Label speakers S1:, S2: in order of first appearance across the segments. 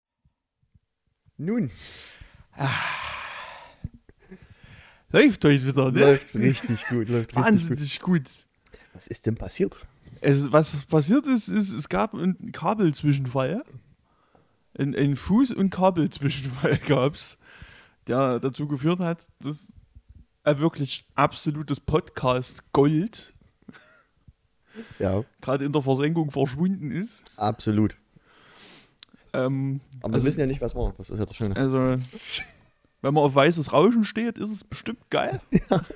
S1: Nun
S2: Läuft euch wieder, ne?
S1: läuft's richtig gut. Läuft richtig gut.
S2: Wahnsinnig gut.
S1: Was ist denn passiert?
S2: Es, was passiert ist, ist, es gab einen Kabelzwischenfall. Ein, ein Fuß- und Kabelzwischenfall gab es, der dazu geführt hat, dass ein wirklich absolutes Podcast Gold
S1: Ja,
S2: gerade in der Versenkung verschwunden ist.
S1: absolut.
S2: Ähm,
S1: Aber
S2: also,
S1: wir wissen ja nicht, was war. Das ist ja das Schöne.
S2: also, wenn man auf weißes Rauschen steht, ist es bestimmt geil. Ich habe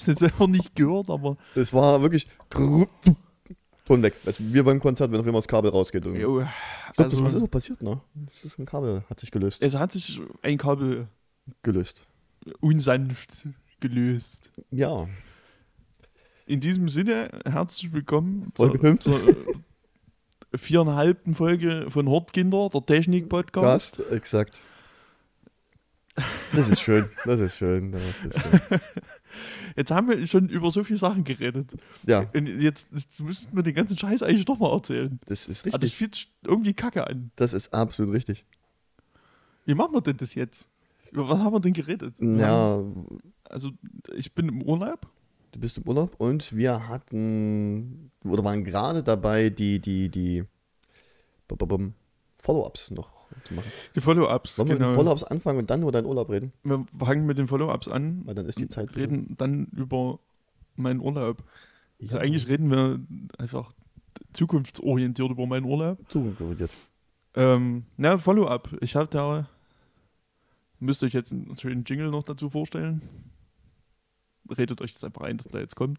S2: es jetzt selber nicht gehört, aber
S1: Es war wirklich. Ton weg. Also wir beim Konzert, wenn auf immer das Kabel rausgeht. irgendwie.
S2: jo,
S1: Ich glaube, das was ist
S2: also, Äh,
S1: auch passiert, ne? Das ist ein Kabel, hat sich gelöst.
S2: es hat sich ein Kabel
S1: gelöst.
S2: unsanft gelöst.
S1: Ja.
S2: In diesem Sinne, herzlich willkommen
S1: Folge fünf.
S2: zur äh, viereinhalbten Folge von Hortkinder, der Technik-Podcast.
S1: Gast, exakt. Das ist schön, das ist schön, das ist schön.
S2: Jetzt haben wir schon über so viele Sachen geredet.
S1: Ja,
S2: Und jetzt, jetzt müssen wir den ganzen Scheiß eigentlich nochmal erzählen.
S1: das ist
S2: Aber das
S1: richtig.
S2: fühlt sich irgendwie kacke an.
S1: Das ist absolut richtig.
S2: Wie machen wir denn das jetzt? Über was haben wir denn geredet? Wir haben-
S1: Ja,
S2: Also, ich bin im Urlaub.
S1: du bist im Urlaub und wir hatten oder waren gerade dabei, die, die, die bum, bum, bum, Follow-ups noch zu machen.
S2: Die Follow-ups.
S1: Wollen wir mit den
S2: Genau.
S1: Follow-ups anfangen und dann über deinen Urlaub reden?
S2: wir fangen mit den Follow-ups an.
S1: Weil dann ist die Zeit.
S2: Reden dann über meinen Urlaub.
S1: ja,
S2: Also eigentlich reden wir einfach zukunftsorientiert über meinen Urlaub.
S1: zugerührt.
S2: Ähm, na, Follow-up. Ich habe da. Müsst euch jetzt einen schönen Jingle noch dazu vorstellen. Redet euch das einfach ein, dass der jetzt kommt.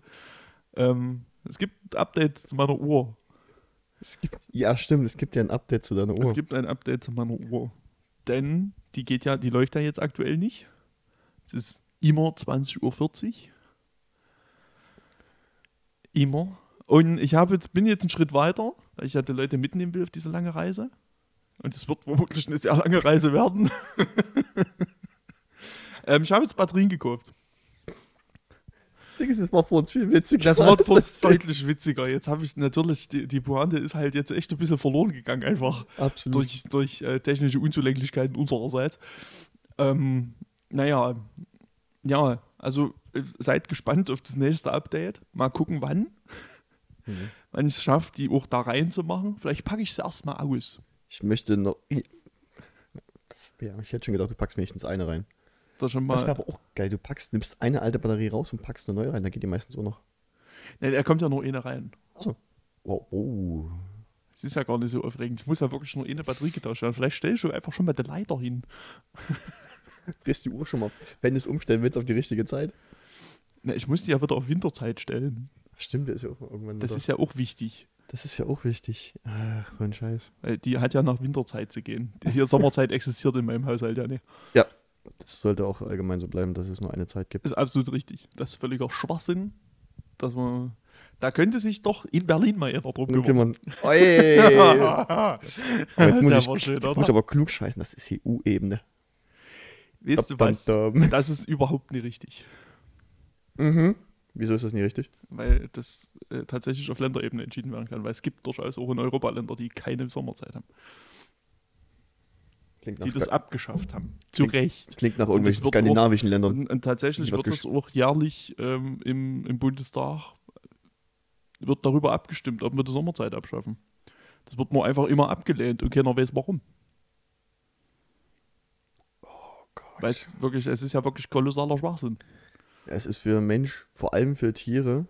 S2: Ähm, es gibt Updates zu meiner Uhr.
S1: Es gibt, ja, stimmt, es gibt ja ein Update zu deiner Uhr.
S2: Es gibt ein Update zu meiner Uhr. Denn die geht ja, die läuft ja jetzt aktuell nicht. Es ist immer 20.40 Uhr. Immer. Und ich habe jetzt, bin jetzt einen Schritt weiter, weil ich ja die Leute mitnehmen will auf diese lange Reise. Und es wird womöglich eine sehr lange Reise werden. ähm, ich habe jetzt Batterien gekauft.
S1: Das war für uns viel witziger.
S2: Das war
S1: als
S2: kurz deutlich witziger. Jetzt habe ich natürlich, die, die Pointe ist halt jetzt echt ein bisschen verloren gegangen einfach.
S1: Absolut.
S2: durch, durch äh, technische Unzulänglichkeiten unsererseits. Ähm, naja, ja, also äh, seid gespannt auf das nächste Update. Mal gucken, wann.
S1: Mhm.
S2: Wann ich es schaffe, die auch da reinzumachen. Vielleicht packe ich es erstmal aus.
S1: Ich möchte noch. Das wär, ich hätte schon gedacht, du packst wenigstens eine rein.
S2: Das, schon
S1: Das wäre
S2: mal,
S1: aber auch geil. Du packst, nimmst eine alte Batterie raus und packst eine neue rein. Da geht die meistens auch noch.
S2: ne, da kommt ja nur eine rein.
S1: Achso. Wow. Oh.
S2: Es ist ja gar nicht so aufregend. Es muss ja wirklich nur eine Batterie getauscht werden. Vielleicht stelle ich schon einfach schon mal die Leiter hin.
S1: Drehst die Uhr schon mal auf. Wenn du es umstellen willst auf die richtige Zeit.
S2: Ne, ich muss die ja wieder auf Winterzeit stellen.
S1: Stimmt, der ist ja auch mal irgendwann.
S2: Das
S1: wieder-
S2: ist ja auch wichtig.
S1: das ist ja auch wichtig. Ach, mein Scheiß.
S2: Weil die hat ja nach Winterzeit zu gehen. Die hier Sommerzeit existiert in meinem Haushalt ja nicht.
S1: Ja. Das sollte auch allgemein so bleiben, dass es nur eine Zeit gibt.
S2: Ist absolut richtig. Das ist völliger Schwachsinn. Dass man, da könnte sich doch in Berlin mal jeder drum
S1: Nun
S2: kümmern.
S1: kümmern. Ey. Aber jetzt muss
S2: Der
S1: ich,
S2: war schön,
S1: jetzt
S2: oder?
S1: muss ich aber klug scheißen. Das ist E EU-Ebene.
S2: Weißt du
S1: Dum,
S2: was?
S1: dum, dum.
S2: Das ist überhaupt nicht richtig.
S1: Mhm. Wieso ist das nicht richtig?
S2: Weil das äh, tatsächlich auf Länderebene entschieden werden kann. Weil es gibt durchaus auch in Europa Länder, die keine Sommerzeit haben.
S1: Klingt
S2: Die das
S1: Ska-
S2: abgeschafft haben. Zu
S1: Klingt-
S2: Recht.
S1: Klingt nach irgendwelchen
S2: wird
S1: skandinavischen Ländern.
S2: Und, und tatsächlich
S1: Was
S2: wird das auch jährlich ähm, im, im Bundestag wird darüber abgestimmt, ob wir die Sommerzeit abschaffen. Das wird nur einfach immer abgelehnt und keiner weiß warum.
S1: Oh
S2: Weil es wirklich, es ist ja wirklich kolossaler Schwachsinn.
S1: Es ist für Mensch, vor allem für Tiere.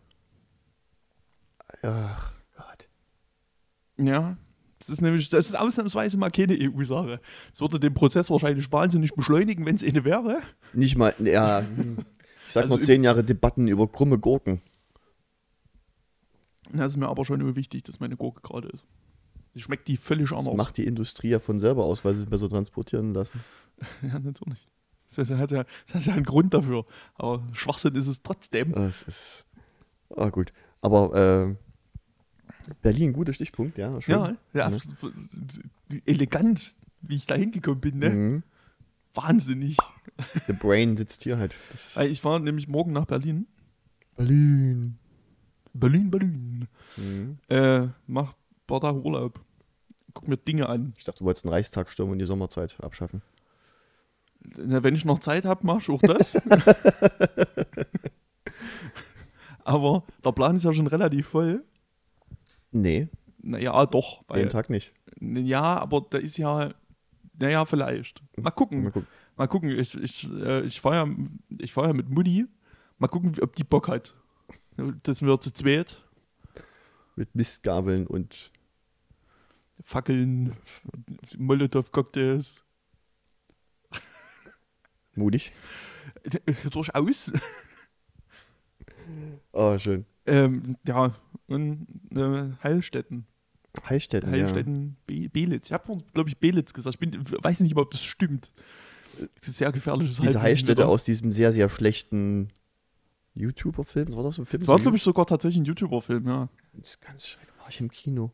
S1: Ach Gott.
S2: Ja. Das ist nämlich, das ist ausnahmsweise mal keine EU-Sache. Es würde den Prozess wahrscheinlich wahnsinnig beschleunigen, wenn es eine wäre.
S1: Nicht mal, ja. Ich sag
S2: Also
S1: nur
S2: üb-
S1: zehn Jahre Debatten über krumme Gurken.
S2: Das ist mir aber schon nur wichtig, dass meine Gurke gerade ist. Sie schmeckt die völlig
S1: Das
S2: anders.
S1: macht die Industrie ja von selber aus, weil sie es besser transportieren lassen.
S2: Ja, natürlich. Das hat ja, das hat ja einen Grund dafür. Aber Schwachsinn ist es trotzdem.
S1: Das ist. Ah, gut. Aber äh, Berlin, guter Stichpunkt, ja. Schön.
S2: Ja, ja
S1: Ne?
S2: f- f- elegant, wie ich da hingekommen bin. Ne?
S1: Mhm.
S2: Wahnsinnig.
S1: The Brain sitzt hier halt. Das ist
S2: Weil Äh, ich fahre nämlich morgen nach Berlin.
S1: Berlin.
S2: Berlin, Berlin.
S1: Mhm.
S2: Äh, mach ein paar Tage Urlaub. gucke mir Dinge an.
S1: Ich dachte, du wolltest einen Reichstag stürmen und die Sommerzeit abschaffen.
S2: Na, wenn ich noch Zeit habe, mache ich auch das. Aber der Plan ist ja schon relativ voll.
S1: Nee,
S2: Naja, doch.
S1: jeden
S2: Weil,
S1: Tag nicht.
S2: ja, aber da ist ja, naja, vielleicht. Mal
S1: Mal
S2: gucken.
S1: gucken.
S2: Mal gucken. Ich, ich, äh, ich fahre ja, ich fahr ja mit Mutti. Mal gucken, ob die Bock hat. Das wird zu zweit.
S1: Mit Mistgabeln und
S2: Fackeln, Molotow-Cocktails.
S1: mutig.
S2: Durchaus.
S1: Oh, schön.
S2: Ähm, ja, und äh, Heilstätten.
S1: Heilstätten. Ja.
S2: Heilstätten, Be Belitz. Ich habe vorhin, glaube ich, Belitz gesagt. Ich bin, weiß nicht, mal, ob das stimmt. Das ist sehr gefährliches
S1: Diese
S2: Halbwissen
S1: Heilstätte
S2: wieder.
S1: aus diesem sehr, sehr schlechten YouTuber-Film. Was war das für ein Film?
S2: Das war, glaube ich, sogar tatsächlich ein YouTuber-Film, ja.
S1: Das ist ganz schrecklich. War ich im Kino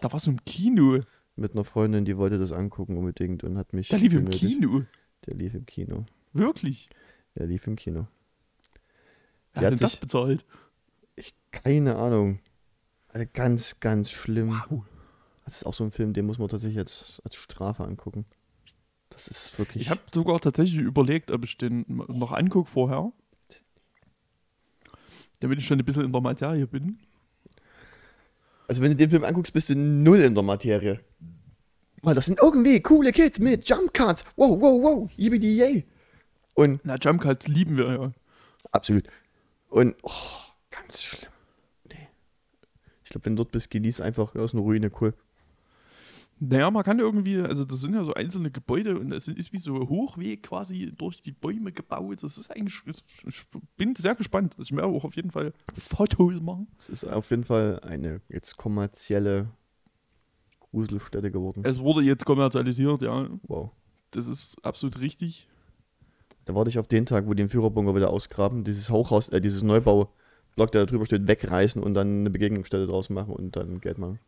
S2: Da war so im Kino.
S1: mit einer Freundin, die wollte das angucken unbedingt und hat mich.
S2: Der lief im
S1: genötigt.
S2: Kino.
S1: Der lief im Kino.
S2: Wirklich.
S1: Der lief im Kino.
S2: Wer
S1: Der
S2: hat
S1: hat
S2: denn das
S1: sich-
S2: bezahlt?
S1: Ich, keine Ahnung. Also ganz, ganz schlimm.
S2: Wow.
S1: Das ist auch so ein Film, den muss man tatsächlich als, als Strafe angucken. Das ist wirklich.
S2: Ich habe sogar tatsächlich überlegt, ob ich den m- noch angucke vorher. Damit ich schon ein bisschen in der Materie bin.
S1: also, wenn du den Film anguckst, bist du null in der Materie. Weil das sind irgendwie coole Kids mit Jump Cards. Wow, wow, wow. Yippie, yay. Und
S2: Na, Jump Cuts lieben wir ja.
S1: Absolut. Und oh, ganz schlimm. Nee. Ich glaube, wenn du dort bist, genieß einfach aus einer Ruine, cool.
S2: Naja, man kann irgendwie, also das sind ja so einzelne Gebäude und es ist wie so ein Hochweg quasi durch die Bäume gebaut. Das ist eigentlich, ich bin sehr gespannt. Also ich werde auch auf jeden Fall Fotos machen.
S1: Es ist auf jeden Fall eine jetzt kommerzielle Gruselstätte geworden.
S2: Es wurde jetzt kommerzialisiert, ja.
S1: Wow.
S2: Das ist absolut richtig.
S1: Da warte ich auf den Tag, wo die den Führerbunker wieder ausgraben, dieses Hochhaus, äh, dieses Neubau-Block, der da drüber steht, wegreißen und dann eine Begegnungsstätte draus machen und dann Geld machen.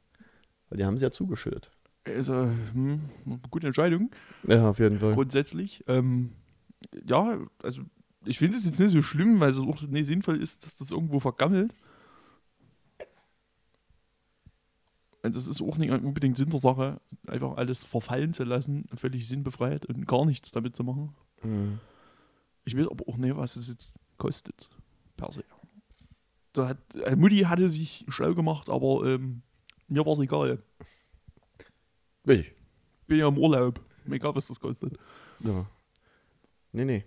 S1: Weil die haben sie ja zugeschüttet.
S2: Also, hm, gute Entscheidung
S1: Ja, auf jeden Fall.
S2: grundsätzlich. Ähm, ja, also ich finde es jetzt nicht so schlimm, weil es auch nicht sinnvoll ist, dass das irgendwo vergammelt. Und das ist auch nicht unbedingt Sinn der Sache, einfach alles verfallen zu lassen, völlig sinnbefreit und gar nichts damit zu machen.
S1: Mhm.
S2: Ich weiß aber auch nicht, was es jetzt kostet, per se. Da hat, äh, Mutti hatte sich schlau gemacht, aber ähm, mir war es egal.
S1: Richtig.
S2: Bin ja im Urlaub. Mir egal, was das kostet.
S1: Ja. Nee, nee.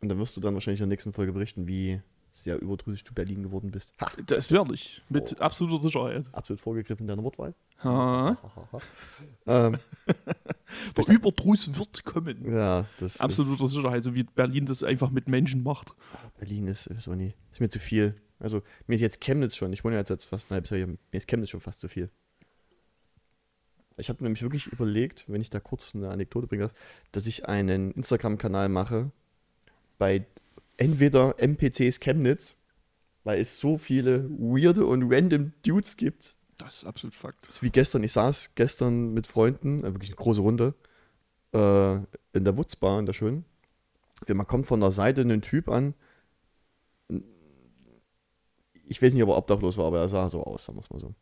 S1: Und dann wirst du dann wahrscheinlich in der nächsten Folge berichten, wie sehr überdrüssig du Berlin geworden bist. Ha!
S2: Das werde ich. Mit absoluter Sicherheit.
S1: Absolut vorgegriffen in deiner Wortwahl.
S2: Ha.
S1: ähm,
S2: Der Überdruss wird kommen.
S1: ja, das
S2: Absoluter Sicherheit, so wie Berlin das einfach mit Menschen macht.
S1: ist. Berlin ist, ist, so nie, ist mir zu viel. Also, mir ist jetzt Chemnitz schon, ich wohne ja jetzt seit fast ein halbes Jahr hier, mir ist Chemnitz schon fast zu viel. Ich habe nämlich wirklich überlegt, wenn ich da kurz eine Anekdote bringe, dass ich einen Instagram-Kanal mache bei entweder NPCs Chemnitz, weil es so viele weirde und random Dudes gibt,
S2: Das ist absolut Fakt.
S1: Das ist wie gestern. Ich saß gestern mit Freunden, äh, wirklich eine große Runde, äh, in der Wutzbar, in der schönen. Man kommt von der Seite einen Typ an. Ich weiß nicht, ob er obdachlos war, aber er sah so aus, sagen wir es mal so.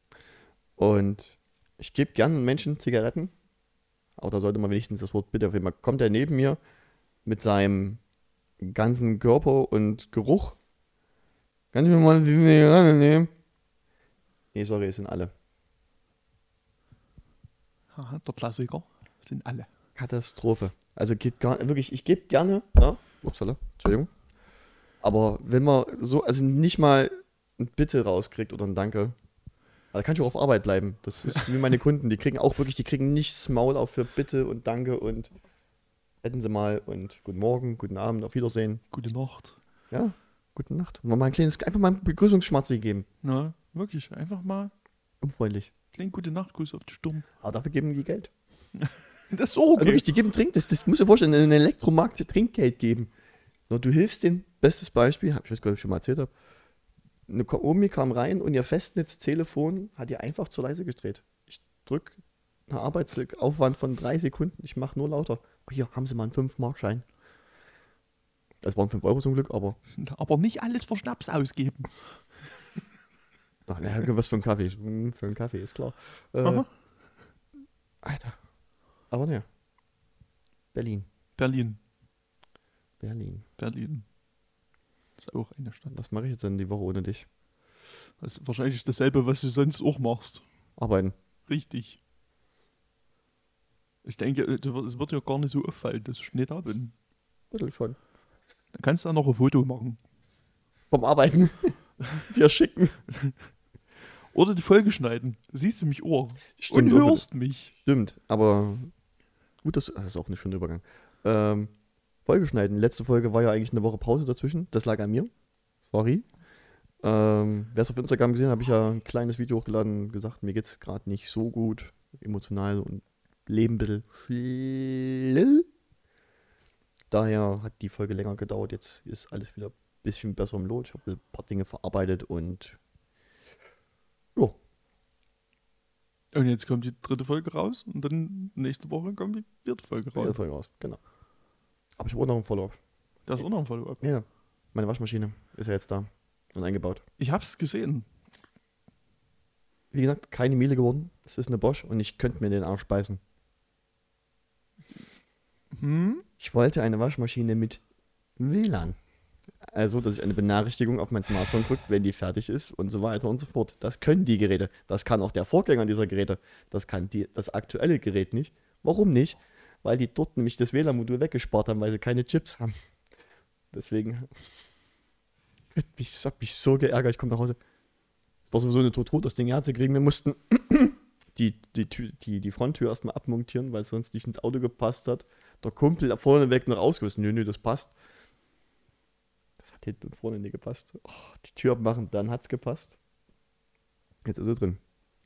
S1: Und ich gebe gerne Menschen Zigaretten. Aber da sollte man wenigstens das Wort bitte auf jeden Fall. Kommt er neben mir mit seinem ganzen Körper und Geruch. Kann ich mir mal eine Zigarette nehmen? Nee, sorry, es sind alle.
S2: Aha, der Klassiker sind alle.
S1: Katastrophe. Also geht gar wirklich, ich gebe gerne, ne? Upsala, Entschuldigung. Aber wenn man so, also nicht mal ein Bitte rauskriegt oder ein Danke, da kann ich auch auf Arbeit bleiben. Das ist wie meine Kunden, die kriegen auch wirklich, die kriegen nichts Maul auf für Bitte und Danke und hätten sie mal und guten Morgen, guten Abend, auf Wiedersehen.
S2: Gute Nacht.
S1: Ja, gute Nacht. Und mal ein kleines, einfach mal einen Begrüßungsschmatzi geben.
S2: Na, wirklich, einfach mal
S1: Unfreundlich.
S2: kleinen Gute Nachtkuss auf die Stirn.
S1: Aber dafür geben die Geld.
S2: Das ist auch
S1: Also wirklich, die geben Trink, das, das muss dir vorstellen, in einem Elektromarkt Trinkgeld geben. Nur du hilfst dem, bestes Beispiel, hab ich weiß gar nicht, ob ich schon mal erzählt habe. Eine Ko- Omi kam rein und ihr Festnetztelefon hat ihr einfach zu leise gedreht. Ich drück einen Arbeitsaufwand von drei Sekunden, ich mache nur lauter. Oh, hier haben sie mal einen 5-Mark-Schein. Das waren 5 Euro zum Glück, aber
S2: Aber Also nicht alles für Schnaps ausgeben.
S1: ach, na, was für ein Kaffee. Hm, Für einen Kaffee, ist klar. Äh,
S2: Aha.
S1: Alter. Aber naja. Berlin.
S2: Berlin.
S1: Berlin.
S2: Berlin. Ist auch eine Stadt.
S1: Was mache ich jetzt denn die Woche ohne dich?
S2: Das ist wahrscheinlich dasselbe, was du sonst auch machst.
S1: Arbeiten.
S2: Richtig. Ich denke, äh, es wird ja gar nicht so auffallen, dass ich nicht da bin.
S1: Mittel schon.
S2: Dann kannst du ja noch ein Foto machen.
S1: Vom Arbeiten. Dir schicken.
S2: Oder die Folge schneiden. Da siehst du mich Ohr.
S1: Stimmt,
S2: und
S1: auch
S2: hörst mich.
S1: Stimmt, aber gut, das, das ist auch ein schöner Übergang. Ähm, Folge schneiden. Letzte Folge war ja eigentlich eine Woche Pause dazwischen. Das lag an mir. Sorry. Ähm, Wer es auf Instagram gesehen hat, habe ich ja ein kleines Video hochgeladen und gesagt, mir geht's gerade nicht so gut. Emotional und Leben ein bisschen schlill. Daher hat die Folge länger gedauert. Jetzt ist alles wieder ein bisschen besser im Lot. Ich habe ein paar Dinge verarbeitet und ja,
S2: Und jetzt kommt die dritte Folge raus und dann nächste Woche kommt die vierte Folge
S1: neue
S2: raus.
S1: Folge raus. Genau. Aber ich habe auch noch einen Follow-up.
S2: Das ist auch noch ein Follow-up.
S1: Ja, meine Waschmaschine ist ja jetzt da und eingebaut.
S2: Ich hab's gesehen.
S1: Wie gesagt, keine Miele geworden. Es ist eine Bosch und ich könnte mir den Arsch beißen.
S2: Hm?
S1: Ich wollte eine Waschmaschine mit WLAN. Also, dass ich eine Benachrichtigung auf mein Smartphone drücke, wenn die fertig ist und so weiter und so fort. Das können die Geräte. Das kann auch der Vorgänger dieser Geräte. Das kann die, das aktuelle Gerät nicht. Warum nicht? Weil die dort nämlich das WLAN-Modul weggespart haben, weil sie keine Chips haben. Deswegen. Ich hab mich so geärgert. Ich komme nach Hause. Es war sowieso eine Tod, das Ding herzukriegen. Wir mussten die, die, Tür, die, die Fronttür erstmal abmontieren, weil es sonst nicht ins Auto gepasst hat. Der Kumpel vorne weg noch ausgerissen. Nö, nö, das passt. Das hat hinten und vorne nicht gepasst. Oh, die Tür abmachen, dann hat's gepasst. Jetzt ist er drin.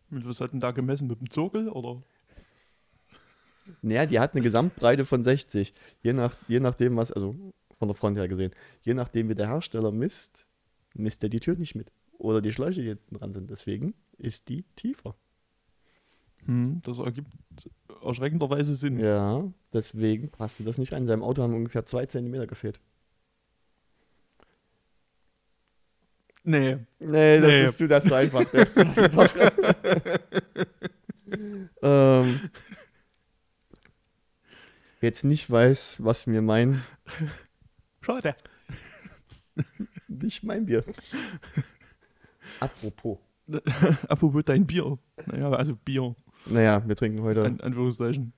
S2: Mit was hat denn da gemessen? Mit dem Zirkel oder?
S1: Naja, die hat eine Gesamtbreite von 60. Je, nach, je nachdem, was, also von der Front her gesehen, je nachdem, wie der Hersteller misst, misst er die Tür nicht mit. Oder die Schläuche, die hinten dran sind. Deswegen ist die tiefer.
S2: Hm, das ergibt erschreckenderweise Sinn.
S1: Ja, deswegen passte das nicht rein. In seinem Auto haben ungefähr zwei Zentimeter gefehlt.
S2: Nee.
S1: Nee, das
S2: Nee.
S1: ist zu, das ist zu einfach. Das ist zu einfach. ähm, jetzt nicht weiß, was wir meinen.
S2: Schade.
S1: Nicht mein Bier. Apropos.
S2: Apropos dein Bier. Naja, also Bier.
S1: Naja, wir trinken heute
S2: An Anführungszeichen.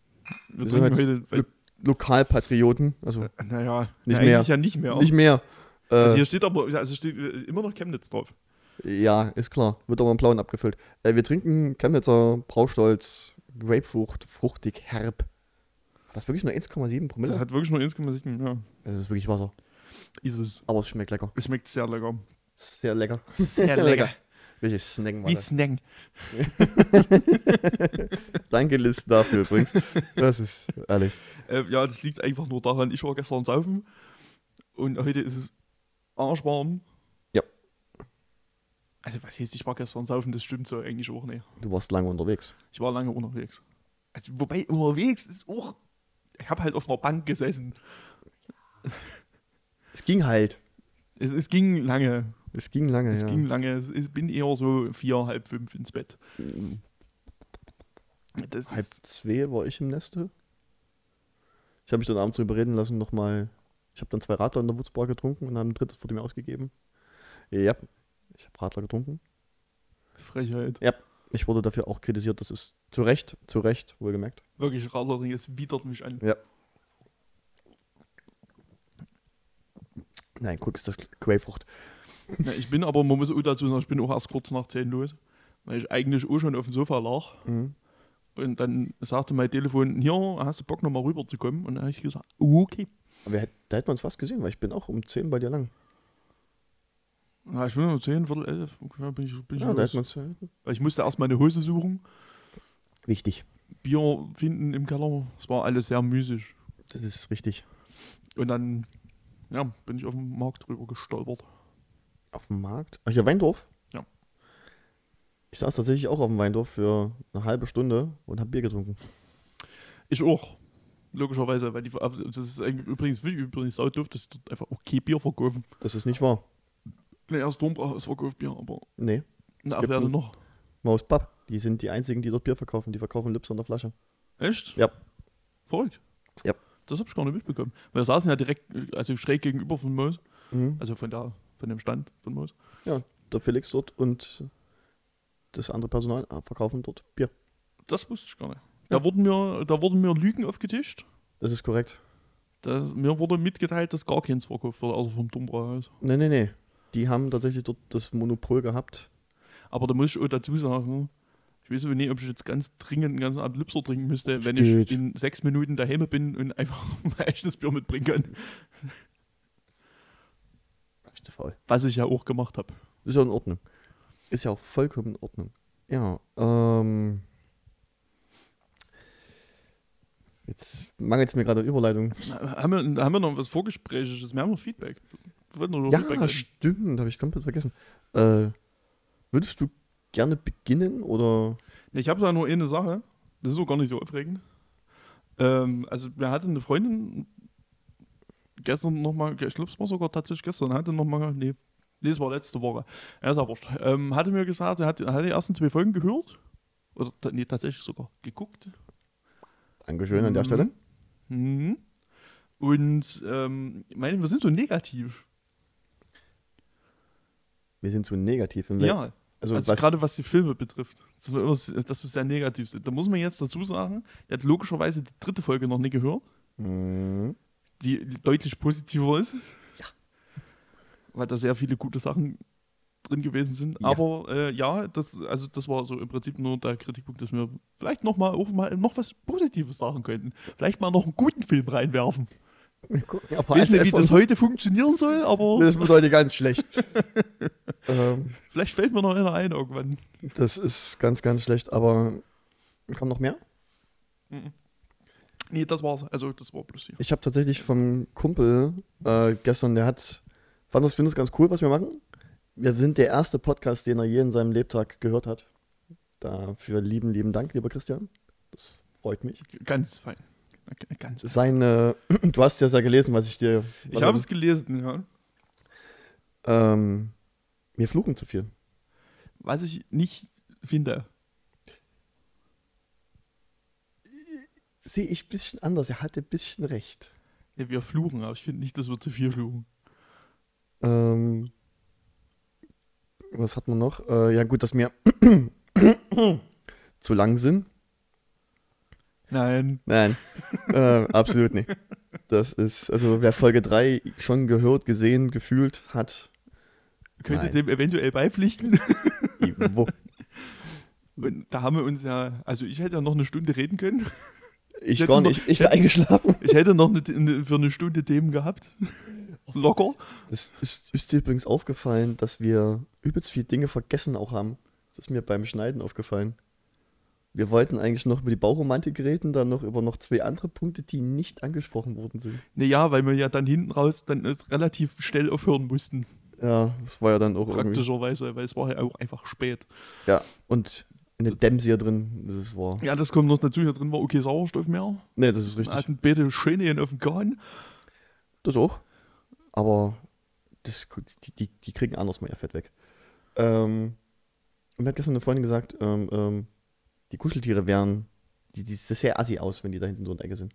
S2: Wir
S1: Wir sind
S2: trinken heute.
S1: Lo- Lokalpatrioten. Also
S2: naja,
S1: Nicht
S2: na, eigentlich
S1: mehr.
S2: ja nicht mehr.
S1: nicht mehr. Äh,
S2: also hier steht aber, also steht äh, immer noch Chemnitz drauf.
S1: ja, ist klar. Wird aber im Blauen abgefüllt. Äh, wir trinken Chemnitzer Braustolz Grapefrucht, fruchtig herb. Hat Das wirklich nur 1,7 Promille.
S2: Das hat wirklich nur insgesamt, sieben, ja,
S1: also das ist wirklich Wasser.
S2: ist es.
S1: Aber es schmeckt lecker.
S2: Es schmeckt sehr lecker.
S1: Sehr lecker.
S2: Sehr lecker.
S1: Welche Snacken war
S2: Wie
S1: das?
S2: Snack.
S1: Danke, Liz, dafür übrigens. Das ist ehrlich.
S2: Äh, ja, das liegt einfach nur daran, ich war gestern saufen und heute ist es arschwarm.
S1: Ja.
S2: Also was heißt, ich war gestern saufen, das stimmt so eigentlich auch nicht.
S1: Du warst lange unterwegs.
S2: Ich war lange unterwegs. Also, wobei unterwegs ist auch. Ich habe halt auf einer Bank gesessen.
S1: Es ging halt.
S2: Es, es ging lange.
S1: Es ging lange.
S2: Es
S1: ja.
S2: ging lange. Es- Ich bin eher so vier, halb fünf ins Bett. Das
S1: Mhm. Halb
S2: ist,
S1: zwei war ich im Neste. Ich habe mich dann abends drüber reden lassen, nochmal. Ich habe dann zwei Radler in der Wutzbar getrunken und dann ein drittes wurde mir ausgegeben. Ja, ich habe Radler getrunken.
S2: Frechheit.
S1: Ich wurde dafür auch kritisiert. Das ist zu Recht, zu Recht, wohlgemerkt.
S2: Wirklich, Radlerding, es widert mich an.
S1: Nein, guck, ist das Grapefrucht.
S2: Na, ich bin aber, man muss auch dazu sagen, ich bin auch erst kurz nach zehn los, weil ich eigentlich auch schon auf dem Sofa lag.
S1: Mhm.
S2: Und dann sagte mein Telefon, hier, hast du Bock nochmal rüber zu kommen? Und dann habe ich gesagt, okay.
S1: Aber wir hätt- da hätten wir uns fast gesehen, weil ich bin auch um 10 bei dir lang.
S2: Na, ich bin um zehn, viertel elf, ungefähr bin ich, bin ich
S1: Ja, da
S2: los.
S1: hätten wir uns.
S2: Weil ich musste erst meine Hose suchen,
S1: Wichtig.
S2: Bier finden im Keller. Es war alles sehr müßig.
S1: Das ist richtig.
S2: Und dann ja, bin ich auf den Markt drüber gestolpert.
S1: Auf dem Markt? Ach ja, Weindorf?
S2: Ja.
S1: Ich saß tatsächlich auch auf dem Weindorf für eine halbe Stunde und habe Bier getrunken.
S2: Ich auch. Logischerweise, weil die, also, das ist eigentlich übrigens, wie übrigens sau doof, dass die dort einfach auch kein Bier verkaufen.
S1: Das ist nicht wahr.
S2: Nee, erst Dombrauch, es verkauft Bier, aber
S1: Nee.
S2: na,
S1: gibt
S2: wer denn
S1: ein-
S2: noch?
S1: Maus Papp. Die sind die einzigen, die dort Bier verkaufen. Die verkaufen Lips an der Flasche.
S2: Echt?
S1: Ja.
S2: Verrückt.
S1: Ja.
S2: Das hab ich gar nicht mitbekommen. Wir saßen ja direkt, also schräg gegenüber von Moos.
S1: Mhm.
S2: Also von da, von dem Stand von Moos.
S1: Der Felix dort und das andere Personal äh, verkaufen dort Bier.
S2: Das wusste ich gar nicht. Da, wurden mir, da wurden mir Lügen aufgetischt.
S1: Das ist korrekt.
S2: Das, mir wurde mitgeteilt, dass gar keins verkauft wurde, außer vom Dombrauhaus.
S1: Nee, nee, nee. Die haben tatsächlich dort das Monopol gehabt.
S2: Aber da muss ich auch dazu sagen, ich weiß aber nicht, ob ich jetzt ganz dringend einen ganzen Adlipser trinken müsste,
S1: Das
S2: wenn
S1: geht.
S2: ich in sechs Minuten daheim bin und einfach mein echtes Bier mitbringen kann.
S1: Ich zu faul.
S2: Was ich ja auch gemacht habe.
S1: Ist ja in Ordnung. Ist ja auch vollkommen in Ordnung. Ja, ähm. Jetzt mangelt es mir gerade an Überleitung.
S2: Haben wir, haben wir noch was Vorgespräches? Wir haben noch Feedback. Wir wollten noch
S1: Ja,
S2: Feedback reden.
S1: stimmt, habe ich komplett vergessen. Äh, würdest du gerne beginnen oder?
S2: Ich habe da nur eine Sache. Das ist auch gar nicht so aufregend. Ähm, also, wir hatten eine Freundin gestern nochmal, ich glaube, es war sogar tatsächlich gestern, hatte nochmal, nee, nee, es war letzte Woche. Er ist aber wurscht. Ähm, hatte mir gesagt, er hat, er hat die ersten zwei Folgen gehört. Oder ta- nee, tatsächlich sogar geguckt.
S1: Dankeschön an der
S2: Mhm.
S1: Stelle.
S2: Mhm. Und ähm, ich meine, wir sind so negativ.
S1: Wir sind zu negativ. Im
S2: Ja.
S1: also,
S2: also
S1: was,
S2: gerade was die Filme betrifft, dass wir, immer, s- dass wir sehr negativ sind. Da muss man jetzt dazu sagen, er hat logischerweise die dritte Folge noch nicht gehört,
S1: Mhm.
S2: die deutlich positiver ist. Weil da sehr viele gute Sachen drin gewesen sind.
S1: Ja.
S2: Aber äh, ja, das, also das war so im Prinzip nur der Kritikpunkt, dass wir vielleicht noch mal, auch mal noch was Positives sagen könnten. Vielleicht mal noch einen guten Film reinwerfen.
S1: Ja,
S2: Ich weiß nicht, wie
S1: einfach-
S2: das heute funktionieren soll, aber
S1: Das wird heute ganz schlecht. ähm,
S2: vielleicht fällt mir noch einer ein irgendwann.
S1: das ist ganz, ganz schlecht, aber kommen noch mehr?
S2: Nee, das war's. Also das war bloß hier.
S1: Ich habe tatsächlich vom Kumpel äh, gestern, der hat, fand das, finde das ganz cool, was wir machen. Wir sind der erste Podcast, den er je in seinem Lebtag gehört hat. Dafür lieben, lieben Dank, lieber Christian. Das freut mich.
S2: Ganz fein. Okay, Ganz
S1: Seine, du hast ja ja gelesen, was ich dir. Was
S2: Ich habe es gelesen, ja.
S1: Ähm, wir fluchen zu viel.
S2: Was ich nicht finde.
S1: Sehe ich ein bisschen anders. Er hatte ein bisschen recht.
S2: Ja, ne, wir fluchen, aber ich finde nicht, dass wir zu viel fluchen.
S1: Ähm, was hat man noch? Äh, ja, gut, dass wir zu lang sind.
S2: Nein.
S1: Nein, ähm, absolut nicht. Das ist, also wer Folge 3 schon gehört, gesehen, gefühlt hat,
S2: Könnte
S1: Nein.
S2: dem eventuell beipflichten.
S1: wo,
S2: Und da haben wir uns ja, also ich hätte ja noch eine Stunde reden können.
S1: ich
S2: Ja,
S1: gar
S2: guck mal,
S1: nicht, ich wäre eingeschlafen.
S2: Ich hätte noch eine, eine, für eine Stunde Themen gehabt. Locker.
S1: Es ist, ist dir übrigens aufgefallen, dass wir übelst viele Dinge vergessen auch haben. Das ist mir beim Schneiden aufgefallen. Wir wollten eigentlich noch über die Bauromantik reden, dann noch über noch zwei andere Punkte, die nicht angesprochen worden sind.
S2: Naja, weil wir ja dann hinten raus dann erst relativ schnell aufhören mussten.
S1: Ja, das war ja dann auch irgendwie.
S2: Praktischerweise, weil es war ja auch einfach spät.
S1: Ja, und eine
S2: Das-
S1: Dämsier drin, das war.
S2: Ja, das kommt noch dazu, hier drin war okay Sauerstoff mehr.
S1: Nee, das ist
S2: Wir
S1: richtig.
S2: hatten beide Schäne auf dem Kahn.
S1: Das auch. Aber das, die, die, die kriegen anders mal ihr Fett weg. Ähm, und mir hat gestern eine Freundin gesagt, ähm, ähm, die Kuscheltiere wären, die, die sehen sehr assi aus, wenn die da hinten so in der Ecke sind.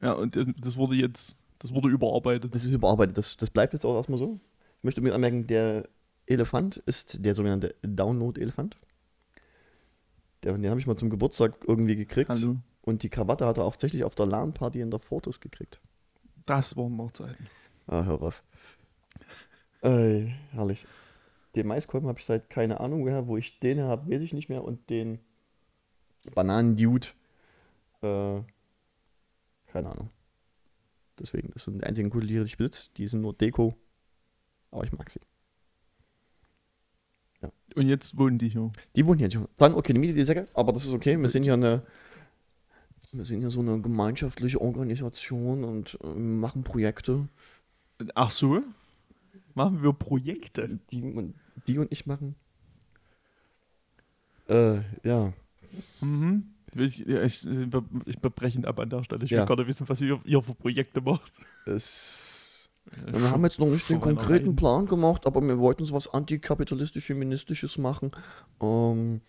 S2: Ja, und das- das wurde jetzt, das wurde überarbeitet.
S1: Das ist überarbeitet, das, das bleibt jetzt auch erstmal so. Ich möchte unbedingt anmerken, der Elefant ist der sogenannte Download-Elefant. Der- Den habe ich mal zum Geburtstag irgendwie gekriegt.
S2: Hallo.
S1: Und die Krawatte hat er auch tatsächlich auf der LAN-Party in der Fortis gekriegt.
S2: Das waren noch Zeiten.
S1: Ah, hör auf. Ey, herrlich. Den Maiskolben habe ich seit keine Ahnung woher. Wo ich den habe, weiß ich nicht mehr. Und den Bananendude, äh, keine Ahnung. Deswegen, das sind die einzigen guten Tiere, die ich besitze. Die sind nur Deko. Aber ich mag sie.
S2: Und jetzt wohnen die hier.
S1: Die wohnen hier nicht. Dann, okay, die Miete, die Säcke. Aber das ist okay. Wir sind hier eine. Wir sind hier so eine gemeinschaftliche Organisation und äh, machen Projekte.
S2: Ach so? Machen wir Projekte?
S1: die und, die und ich machen. Äh, ja.
S2: Mhm. Ich, ja, ich, ich be- ich bebrechen ab an der Stelle. Ich
S1: Ja.
S2: will gerade wissen, was ihr, ihr für Projekte macht.
S1: Es, wir haben jetzt noch nicht den
S2: schon mal
S1: konkreten
S2: rein.
S1: Plan gemacht, aber wir wollten so was antikapitalistisch-feministisches machen. Ähm,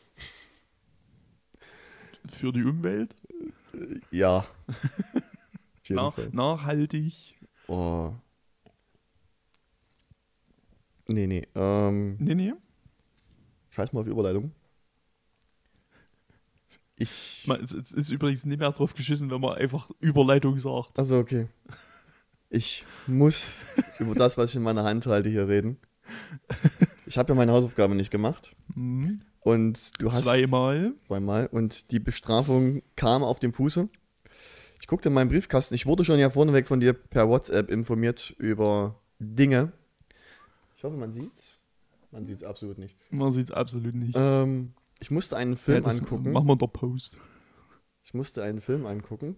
S2: Für die Umwelt?
S1: Ja. Auf jeden
S2: Na,
S1: Fall.
S2: nachhaltig.
S1: Oh. Nee, nee. Ähm,
S2: Nee, nee.
S1: scheiß mal auf die Überleitung. Ich.
S2: Man, es, es ist übrigens nicht mehr drauf geschissen, wenn man einfach Überleitung sagt.
S1: Also, okay. Ich muss über das, was ich in meiner Hand halte, hier reden. Ich habe ja meine Hausaufgabe nicht gemacht.
S2: Mhm.
S1: Und du hast.
S2: Zweimal.
S1: Zweimal. Und die Bestrafung kam auf den Fuße. Ich guckte in meinen Briefkasten. Ich wurde schon ja vorneweg von dir per WhatsApp informiert über Dinge. Ich hoffe, man sieht's. Man sieht's absolut nicht.
S2: Man sieht es absolut nicht.
S1: Ähm, ich musste einen Film
S2: das
S1: angucken.
S2: Machen wir in der Post.
S1: Ich musste einen Film angucken.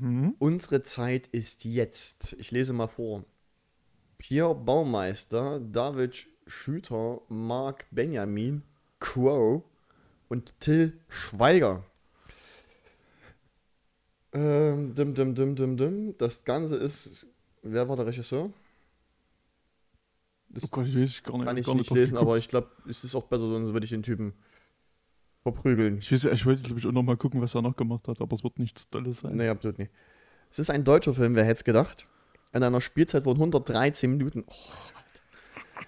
S2: Mhm.
S1: Unsere Zeit ist jetzt. Ich lese mal vor. Pierre Baumeister, David Schüter, Mark Benjamin, Crow und Till Schweiger. Ähm, dim, dim, dim, dim, dim. Das Ganze ist. Wer war der Regisseur?
S2: Oh Gott, ich weiß gar nicht.
S1: Kann ich
S2: gar
S1: nicht
S2: drauf
S1: lesen,
S2: geguckt.
S1: aber ich glaube, es ist auch besser, sonst würde ich den Typen verprügeln.
S2: Ich, weiß, ich wollte, glaube ich, auch noch mal gucken, was er noch gemacht hat, aber es wird nichts Tolles sein.
S1: Nee, absolut nicht. Es ist ein deutscher Film, wer hätte es gedacht? In einer Spielzeit von 113 Minuten. Oh, Alter.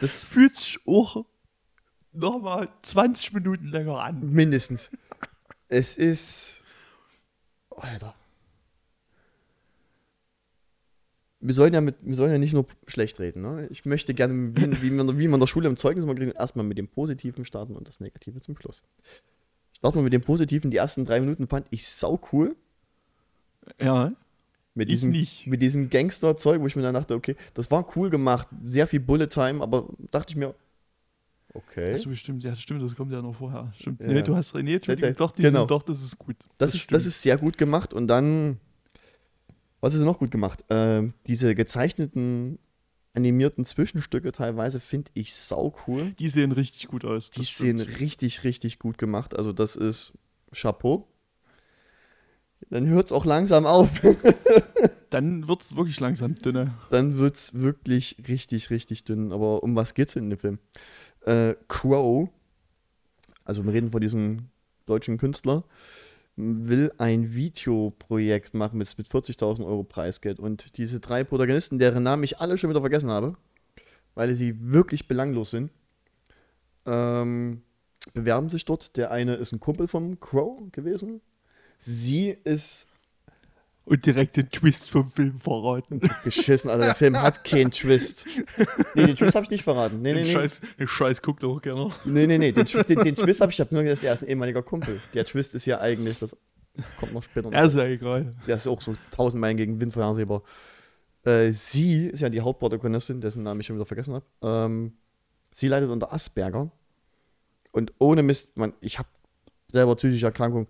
S1: das ist
S2: Fühlt sich auch nochmal 20 Minuten länger an.
S1: mindestens. Es ist. Alter. Wir sollen, ja mit, wir sollen ja nicht nur schlecht reden. Ne? Ich möchte gerne, wie, wie, man, wie man in der Schule im Zeugnis mal kriegt, erstmal mit dem Positiven starten und das Negative zum Schluss. Starten wir mit dem Positiven. Die ersten drei Minuten fand ich sau cool.
S2: Ja,
S1: Mit
S2: Ich
S1: diesem,
S2: nicht.
S1: Mit diesem Gangster-Zeug, wo ich mir dann dachte, okay, das war cool gemacht, sehr viel Bullet-Time, aber dachte ich mir, okay,
S2: also stimmt, ja, stimmt, das kommt ja noch vorher. Stimmt.
S1: Ja.
S2: Nee, du hast René, Entschuldigung,
S1: Ja,
S2: doch, die
S1: genau.
S2: sind, doch, das ist gut.
S1: das, ist, das
S2: stimmt.
S1: ist sehr gut gemacht und dann, was ist denn noch gut gemacht? Ähm, diese gezeichneten, animierten Zwischenstücke teilweise finde ich sau cool.
S2: Die sehen richtig gut aus.
S1: Die
S2: das
S1: sehen
S2: stimmt.
S1: richtig, richtig gut gemacht, also das ist Chapeau. Dann hört es auch langsam auf.
S2: Dann wird es wirklich langsam dünner.
S1: dann wird's wirklich richtig, richtig dünn. Aber um was geht's denn in dem Film? Äh, Crow, also wir reden von diesem deutschen Künstler, will ein Videoprojekt machen mit, mit 40.000 Euro Preisgeld. Und diese drei Protagonisten, deren Namen ich alle schon wieder vergessen habe, weil sie wirklich belanglos sind, ähm, bewerben sich dort. Der eine ist ein Kumpel von Crow gewesen. Sie ist
S2: Und direkt den Twist vom Film verraten.
S1: Geschissen, Alter. Der Film hat keinen Twist. Nee, den Twist habe ich nicht verraten. Nee, nee,
S2: Den,
S1: nee.
S2: Scheiß, den Scheiß guckt auch gerne.
S1: Nee, nee, nee. Den, Twi- den, den Twist habe ich, ich hab nur gesagt, er ist ein ehemaliger Kumpel. Der Twist ist ja eigentlich, das kommt noch später.
S2: Ja, ist ja egal.
S1: Der ist auch so tausend Meilen gegen Wind vorhersehbar. Äh, sie ist ja die Hauptprotagonistin, dessen Namen ich schon wieder vergessen habe. Ähm, sie leidet unter Asperger. Und ohne Mist, man, ich habe selber psychische Erkrankung.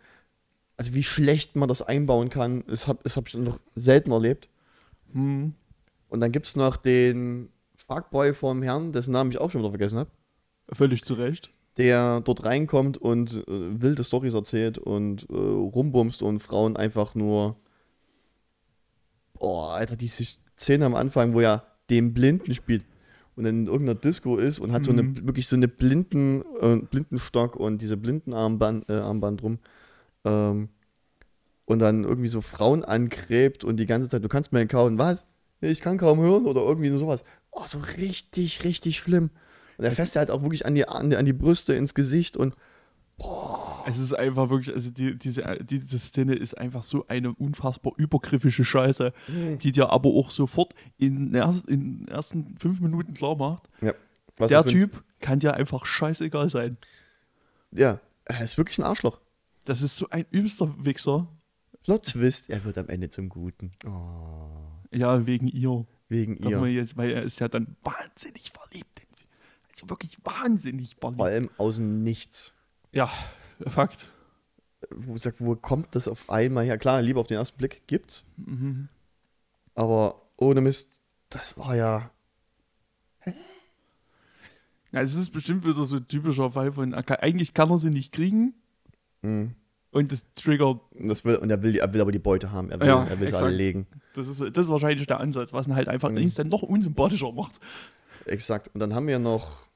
S1: Also wie schlecht man das einbauen kann, das habe das hab ich noch selten erlebt.
S2: Hm.
S1: Und dann gibt es noch den Fuckboy vom Herrn, dessen Namen ich auch schon wieder vergessen habe,
S2: Völlig zu Recht.
S1: der dort reinkommt und äh, wilde Stories erzählt und äh, rumbumst und Frauen einfach nur. Boah, Alter, diese Szene am Anfang, wo er den Blinden spielt und in irgendeiner Disco ist und hat so eine, wirklich so eine blinden, äh, Blindenstock und diese Blindenarmband äh, Armband rum. Ähm, und dann irgendwie so Frauen angräbt und die ganze Zeit, du kannst mir kauen, was? Nee, Ich kann kaum hören oder irgendwie nur sowas. Oh, so richtig, richtig schlimm. Und er fässt ja halt auch wirklich an die, an, die- an die Brüste, ins Gesicht und
S2: Es ist einfach wirklich, also die, diese, diese Szene ist einfach so eine unfassbar übergriffige Scheiße,
S1: Mhm.
S2: die dir aber auch sofort in den erst- in den ersten fünf Minuten klar macht,
S1: was
S2: der
S1: das für ein-
S2: Typ kann dir einfach scheißegal sein.
S1: Ja, er ist wirklich ein Arschloch.
S2: Das ist so ein übelster Wichser.
S1: Plot Twist, er wird am Ende zum Guten. Oh.
S2: Ja, wegen ihr.
S1: Wegen
S2: Darf man
S1: ihr.
S2: Jetzt, weil er ist ja dann wahnsinnig verliebt. in sie. Also wirklich wahnsinnig
S1: Vor
S2: verliebt.
S1: allem aus dem Nichts.
S2: Ja, Fakt.
S1: Wo, sagt, wo kommt das auf einmal her? Klar, Liebe auf den ersten Blick gibt's.
S2: Mhm.
S1: Aber ohne Mist, das war ja.
S2: Ja, es ist bestimmt wieder so ein typischer Fall von, er kann- eigentlich kann er sie nicht kriegen
S1: Mhm.
S2: und das triggert
S1: Und, das will, und er, will, die- er will aber die Beute haben. Er will,
S2: Ja,
S1: er will sie
S2: exakt.
S1: alle legen.
S2: Das ist, das ist wahrscheinlich der Ansatz, was ihn halt einfach
S1: Mhm.
S2: instant noch unsympathischer macht.
S1: Exakt. Und dann haben wir noch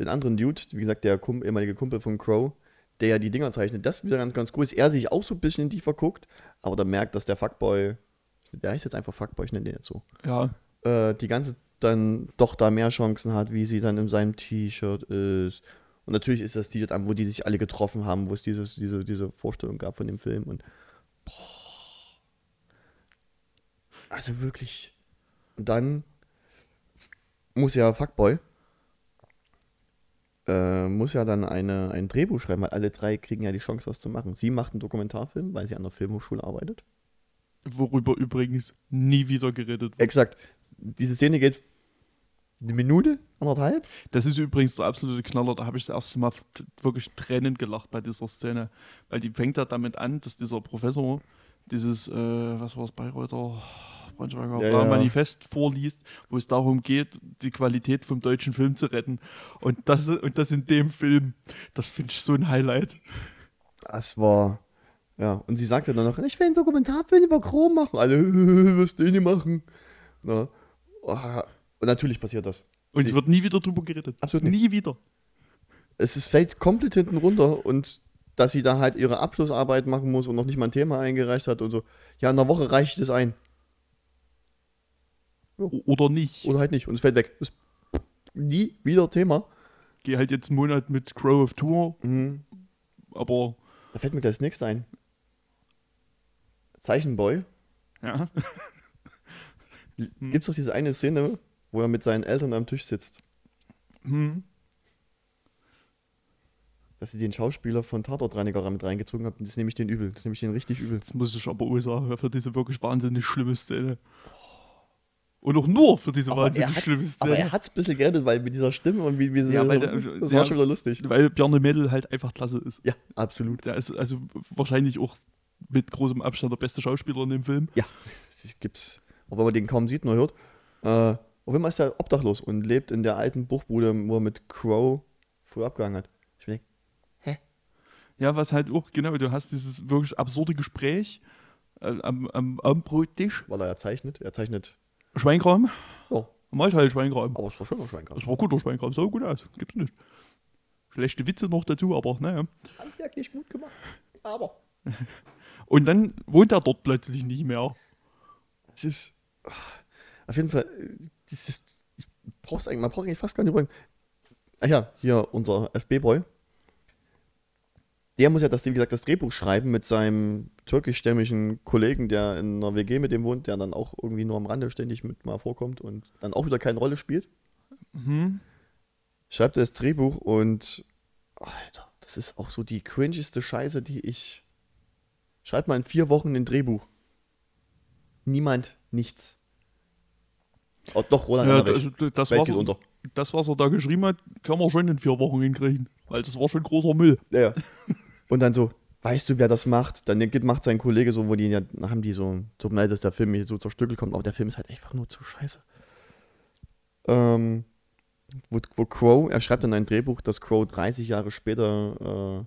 S1: den anderen Dude, wie gesagt, der Kum ehemalige Kumpel von Crow, der ja die Dinger zeichnet, das wieder ganz, ganz cool ist. Er sich auch so ein bisschen in die verguckt, aber dann merkt, dass der Fuckboy, der heißt jetzt einfach Fuckboy, ich nenne den jetzt so,
S2: Ja.
S1: äh, die ganze dann doch da mehr Chancen hat, wie sie dann in seinem T-Shirt ist. Und natürlich ist das T-Shirt an, wo die sich alle getroffen haben, wo es dieses, diese, diese Vorstellung gab von dem Film. Und boah. Also wirklich. Und dann muss ja Fuckboy. Äh, muss ja dann eine, ein Drehbuch schreiben, weil alle drei kriegen ja die Chance, was zu machen. Sie macht einen Dokumentarfilm, weil sie an der Filmhochschule arbeitet.
S2: Worüber übrigens nie wieder geredet wird.
S1: Exakt. Diese Szene geht eine Minute, anderthalb.
S2: Das ist übrigens der absolute Knaller. Da habe ich das erste Mal t- wirklich Tränen gelacht bei dieser Szene. Weil die fängt ja damit an, dass dieser Professor dieses, äh, was war es, Bayreuther Braunschweiger
S1: Ja,
S2: bla,
S1: ja.
S2: Manifest vorliest, wo es darum geht, die Qualität vom deutschen Film zu retten. Und das, und das in dem Film, das finde ich so ein Highlight.
S1: Das war. Ja, und sie sagte dann noch, ich will einen Dokumentarfilm über Chrom machen. Alle, was denn die machen? Na, ah, und natürlich passiert das.
S2: Und
S1: Sie-
S2: es wird nie wieder drüber geredet.
S1: Absolut nicht.
S2: nie wieder.
S1: Es ist, fällt komplett hinten runter und dass sie da halt ihre Abschlussarbeit machen muss und noch nicht mal ein Thema eingereicht hat und so. Ja, in einer Woche reiche ich das ein.
S2: O- Oder nicht.
S1: Oder halt nicht. Und es fällt weg. Ist nie wieder Thema.
S2: Gehe halt jetzt einen Monat mit Crow auf Tour,
S1: Mhm.
S2: aber
S1: Da fällt mir gleich das nächste ein. Zeichenboy.
S2: ja.
S1: Gibt's doch diese eine Szene, wo er mit seinen Eltern am Tisch sitzt.
S2: Hm.
S1: Dass sie den Schauspieler von Tatortreiniger mit reingezogen haben. Das nehme ich den übel. Das nehme ich den richtig übel.
S2: Das muss ich aber auch sagen, für diese wirklich wahnsinnig schlimme Szene. Und auch nur für diese
S1: Aber er,
S2: wahnsinnig
S1: hat,
S2: schlimme Szene.
S1: aber er hat's ein bisschen gerettet, weil mit dieser Stimme und wie, wie
S2: Ja, weil der-
S1: das
S2: ja.
S1: war schon wieder lustig.
S2: Weil Bjarne Mädel halt einfach klasse ist.
S1: Ja, absolut.
S2: Der ist also wahrscheinlich auch mit großem Abstand der beste Schauspieler in dem Film.
S1: Ja, das gibt's. Auch wenn man den kaum sieht, nur hört. Äh, auf jeden Fall ist er obdachlos und lebt in der alten Bruchbude, wo er mit Crow früher abgehangen hat. Ich denke,
S2: Ja, was halt auch, genau, du hast dieses wirklich absurde Gespräch äh, am, am, am Brottisch.
S1: weil er ja zeichnet. Er zeichnet.
S2: Schweinkram,
S1: Ja,
S2: Malteil Schweinkram.
S1: aber es war schon noch Schweinkram.
S2: Das war guter Schweinkram, sah gut aus, gibt's nicht. Schlechte Witze noch dazu, aber naja.
S1: handwerklich gut gemacht. Aber.
S2: Und dann wohnt er dort plötzlich nicht mehr.
S1: Es ist. Auf jeden Fall. äh, Das ist, ich brauch's eigentlich, man braucht eigentlich fast gar nicht überlegen. Ach ja, hier unser FB-Boy. Der muss ja das, wie gesagt, das Drehbuch schreiben mit seinem türkischstämmigen Kollegen, der in einer WG mit dem wohnt, der dann auch irgendwie nur am Rande ständig mit mal vorkommt und dann auch wieder keine Rolle spielt.
S2: Mhm.
S1: Schreibt er das Drehbuch und. Alter, das ist auch so die cringeste Scheiße, die ich. Schreibt mal in vier Wochen ein Drehbuch. Niemand, nichts. Oh, doch, Roland
S2: Ja,
S1: hat recht.
S2: also, das,
S1: Welt
S2: was
S1: geht
S2: er,
S1: unter.
S2: das, was er da geschrieben hat, kann man schon in vier Wochen hinkriegen. Weil das war schon großer Müll.
S1: Ja, ja. Und dann so, weißt du, wer das macht? Dann geht- macht sein Kollege so, wo die ja, haben die so, so leid, dass der Film hier so zerstückelt kommt, aber der Film ist halt einfach nur zu scheiße. Ähm, wo, wo Crow, er schreibt in ein Drehbuch, dass Crow 30 Jahre später äh,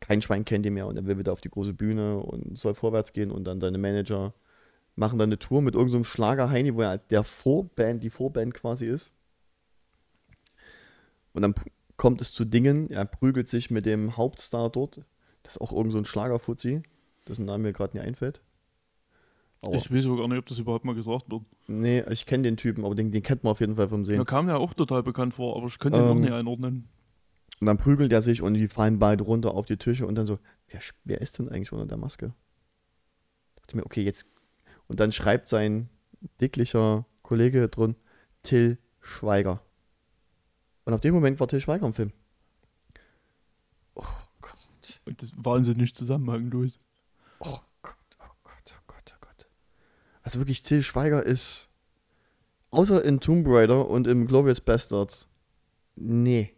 S1: kein Schwein kennt ihn mehr und er will wieder auf die große Bühne und soll vorwärts gehen und dann seine Manager machen dann eine Tour mit irgendeinem so Schlager-Heini, wo er als der Vorband, die Vorband quasi ist. Und dann p- kommt es zu Dingen, er prügelt sich mit dem Hauptstar dort. Das ist auch irgend so ein Schlagerfuzzi, dessen Name mir gerade nicht einfällt. Aber,
S2: Ich weiß auch gar nicht, ob das überhaupt mal gesagt wird.
S1: nee, ich kenne den Typen, aber den, den kennt man auf jeden Fall vom Sehen.
S2: Mir kam ja auch total bekannt vor, aber ich könnte ihn
S1: Ähm.
S2: noch nicht einordnen.
S1: Und dann prügelt er sich und die fallen beide runter auf die Tische und dann so, wer, sch- wer ist denn eigentlich unter der Maske? Dachte mir, okay, jetzt. Und dann schreibt sein dicklicher Kollege drin, Till Schweiger. Und auf dem Moment war Till Schweiger im Film. Oh Gott.
S2: Und das ist wahnsinnig zusammenhanglos.
S1: Oh Gott, oh Gott, oh Gott, oh Gott. Also wirklich, Till Schweiger ist, außer in Tomb Raider und im Glorious Bastards, nee.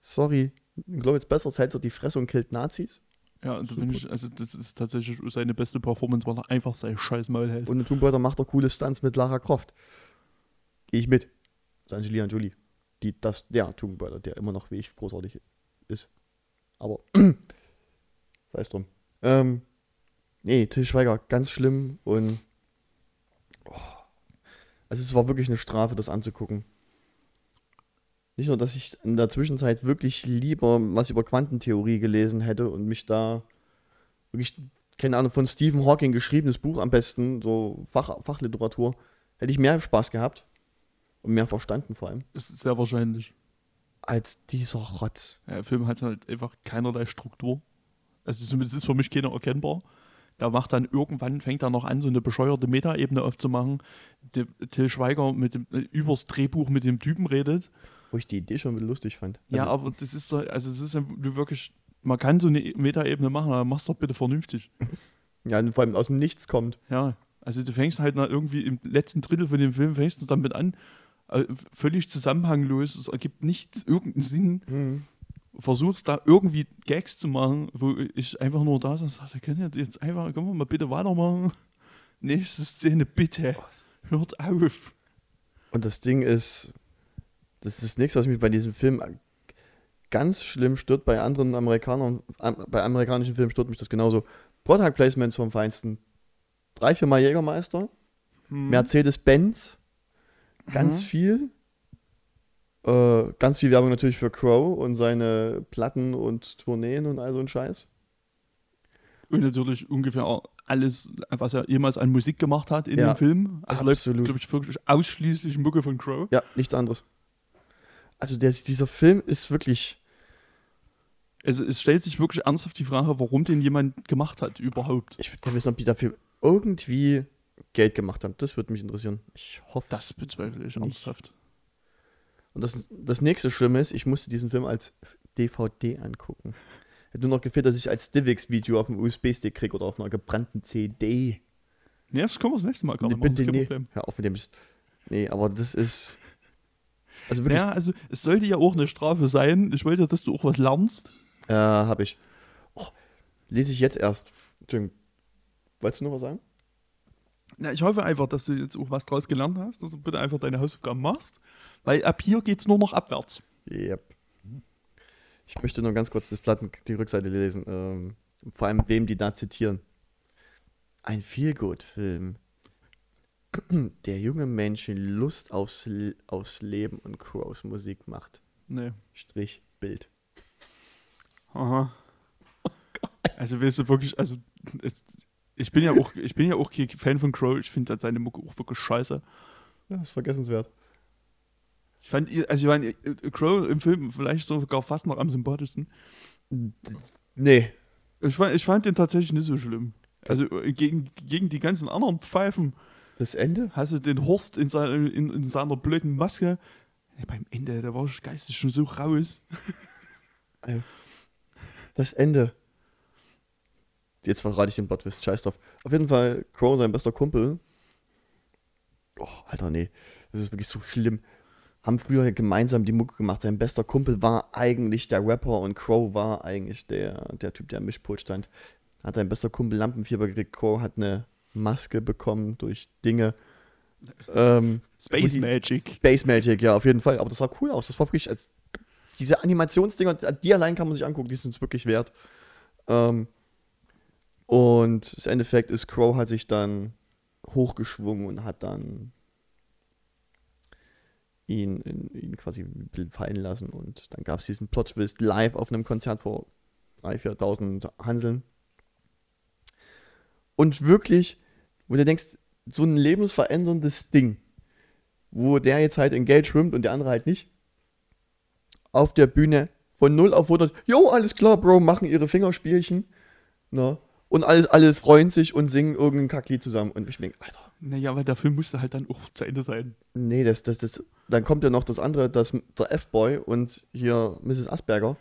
S1: Sorry, in Glorious Bastards hält so die Fresse und killt Nazis.
S2: Ja, und da
S1: Super.
S2: bin ich, also das ist tatsächlich seine beste Performance, weil er einfach sein scheiß Maul hält.
S1: Und in Tomb Raider macht er coole Stunts mit Lara Croft. Geh ich mit. Das ist Angelina Jolie. Die, das, der Tomb Raider, der immer noch wie ich großartig ist. Aber sei es drum. Ähm, nee, Till Schweiger, ganz schlimm und oh. also es war wirklich eine Strafe, das anzugucken. Nicht nur, dass ich in der Zwischenzeit wirklich lieber was über Quantentheorie gelesen hätte und mich da wirklich, keine Ahnung, von Stephen Hawking geschriebenes Buch am besten, so Fach, Fachliteratur, hätte ich mehr Spaß gehabt und mehr verstanden vor allem,
S2: Ist sehr wahrscheinlich.
S1: als dieser Rotz.
S2: Ja, der Film hat halt einfach keinerlei Struktur. Also zumindest ist für mich keiner erkennbar. Da macht dann irgendwann, fängt er noch an, so eine bescheuerte Metaebene aufzumachen. Der Till Schweiger mit dem, äh, übers Drehbuch mit dem Typen redet.
S1: Wo ich die Idee schon wieder lustig fand.
S2: ja,
S1: Also,
S2: aber das ist so, also es ist ja du wirklich, man kann so eine Metaebene machen, aber mach's doch bitte vernünftig.
S1: ja, und vor allem aus dem Nichts kommt.
S2: Ja, also du fängst halt nach irgendwie im letzten Drittel von dem Film fängst du damit an, äh, völlig zusammenhanglos, es ergibt nichts, irgendeinen Sinn.
S1: Mhm.
S2: Versuchst da irgendwie Gags zu machen, wo ich einfach nur da saß und sagte, können wir jetzt einfach, können wir mal bitte weitermachen? Nächste Szene, bitte, hört auf.
S1: Und das Ding ist, das ist das nächste, was mich bei diesem Film ganz schlimm stört. Bei anderen Amerikanern, am- bei amerikanischen Filmen stört mich das genauso. Product Placements vom Feinsten. Drei, viermal Jägermeister, Hm. Mhm. Mercedes-Benz, ganz viel. Äh, ganz viel Werbung natürlich für Crow und seine Platten und Tourneen und all so ein Scheiß.
S2: Und natürlich ungefähr alles, was er jemals an Musik gemacht hat in
S1: Ja,
S2: dem Film. Also läuft,
S1: absolut.
S2: glaube ich, wirklich ausschließlich Mucke von Crow.
S1: Ja, nichts anderes. Also der, dieser Film ist wirklich,
S2: Also es stellt sich wirklich ernsthaft die Frage, warum den jemand gemacht hat überhaupt.
S1: ich würde gerne wissen, ob die dafür irgendwie Geld gemacht haben. Das würde mich interessieren. Ich hoffe,
S2: Das bezweifle
S1: Nicht.
S2: ich ernsthaft.
S1: Und das, das nächste Schlimme ist, ich musste diesen Film als DVD angucken. Hätte nur noch gefehlt, dass ich als DivX-Video auf dem USB-Stick krieg oder auf einer gebrannten CD.
S2: Nee, das können wir das nächste Mal
S1: Nee,
S2: gerne machen. das ist
S1: bitte,
S2: kein
S1: nee.
S2: Problem.
S1: Hör auf mit dem. Mist. Nee, aber das ist. Also wirklich,
S2: Ja, also es sollte ja auch eine Strafe sein. Ich wollte ja, dass du auch was lernst.
S1: ja. äh, habe ich. Oh, lese ich jetzt erst. Entschuldigung. Wolltest du noch was sagen?
S2: Na, ich hoffe einfach, dass du jetzt auch was draus gelernt hast, dass du bitte einfach deine Hausaufgaben machst. Weil ab hier geht's nur noch abwärts.
S1: Yep. Ich möchte nur ganz kurz das Platten, die Rückseite lesen. Ähm, vor allem, wem die da zitieren. Ein Feelgood-Film, der junge Menschen Lust aufs, L- aufs Leben und Crows Musik macht.
S2: Nee.
S1: Strich Bild.
S2: Aha. Also weißt du wirklich, also es, ich bin ja auch, ich bin ja auch kein Fan von Crow, ich finde halt seine Mucke auch wirklich scheiße.
S1: Ja, ist vergessenswert.
S2: Ich fand, ihr- also ich meine, Crow im Film vielleicht sogar fast noch am sympathischsten.
S1: Nee.
S2: Ich fand, ich fand den tatsächlich nicht so schlimm. Also äh, gegen, gegen die ganzen anderen Pfeifen
S1: Das Ende?
S2: hast du den Horst in, sein, in, in seiner blöden Maske. Ey, beim Ende, der war ich geistig schon so raus.
S1: Das Ende. Jetzt verrate ich den Plot-Twist. Scheiß drauf. Auf jeden Fall, Crow, sein bester Kumpel. Oh, Alter, nee. Das ist wirklich so schlimm. Haben früher gemeinsam die Mucke gemacht. Sein bester Kumpel war eigentlich der Rapper und Crow war eigentlich der, der Typ, der am Mischpult stand. Hat sein bester Kumpel Lampenfieber gekriegt. Crow hat eine Maske bekommen durch Dinge. Ähm,
S2: Space
S1: wo die-
S2: Magic.
S1: Space Magic, ja, auf jeden Fall. Aber das sah cool aus. Das war wirklich, als, diese Animationsdinger, die allein kann man sich angucken, die sind es wirklich wert. Ähm, und das Endeffekt ist, Crow hat sich dann hochgeschwungen und hat dann ihn, ihn, ihn quasi fallen lassen. Und dann gab es diesen Plot-Twist live auf einem Konzert vor 3.000, 4.000 Hanseln. Und wirklich, wo du denkst, so ein lebensveränderndes Ding wo der jetzt halt in Geld schwimmt und der andere halt nicht, auf der Bühne von 0 auf 100, jo, alles klar, Bro, machen ihre Fingerspielchen, ne? Und alles, alle freuen sich und singen irgendein Kacklied zusammen. Und ich denke, Alter,
S2: Naja, weil der Film musste halt dann auch zu Ende sein.
S1: nee, das, das, das, dann kommt ja noch das andere, dass der F-Boy und hier Mrs. Asperger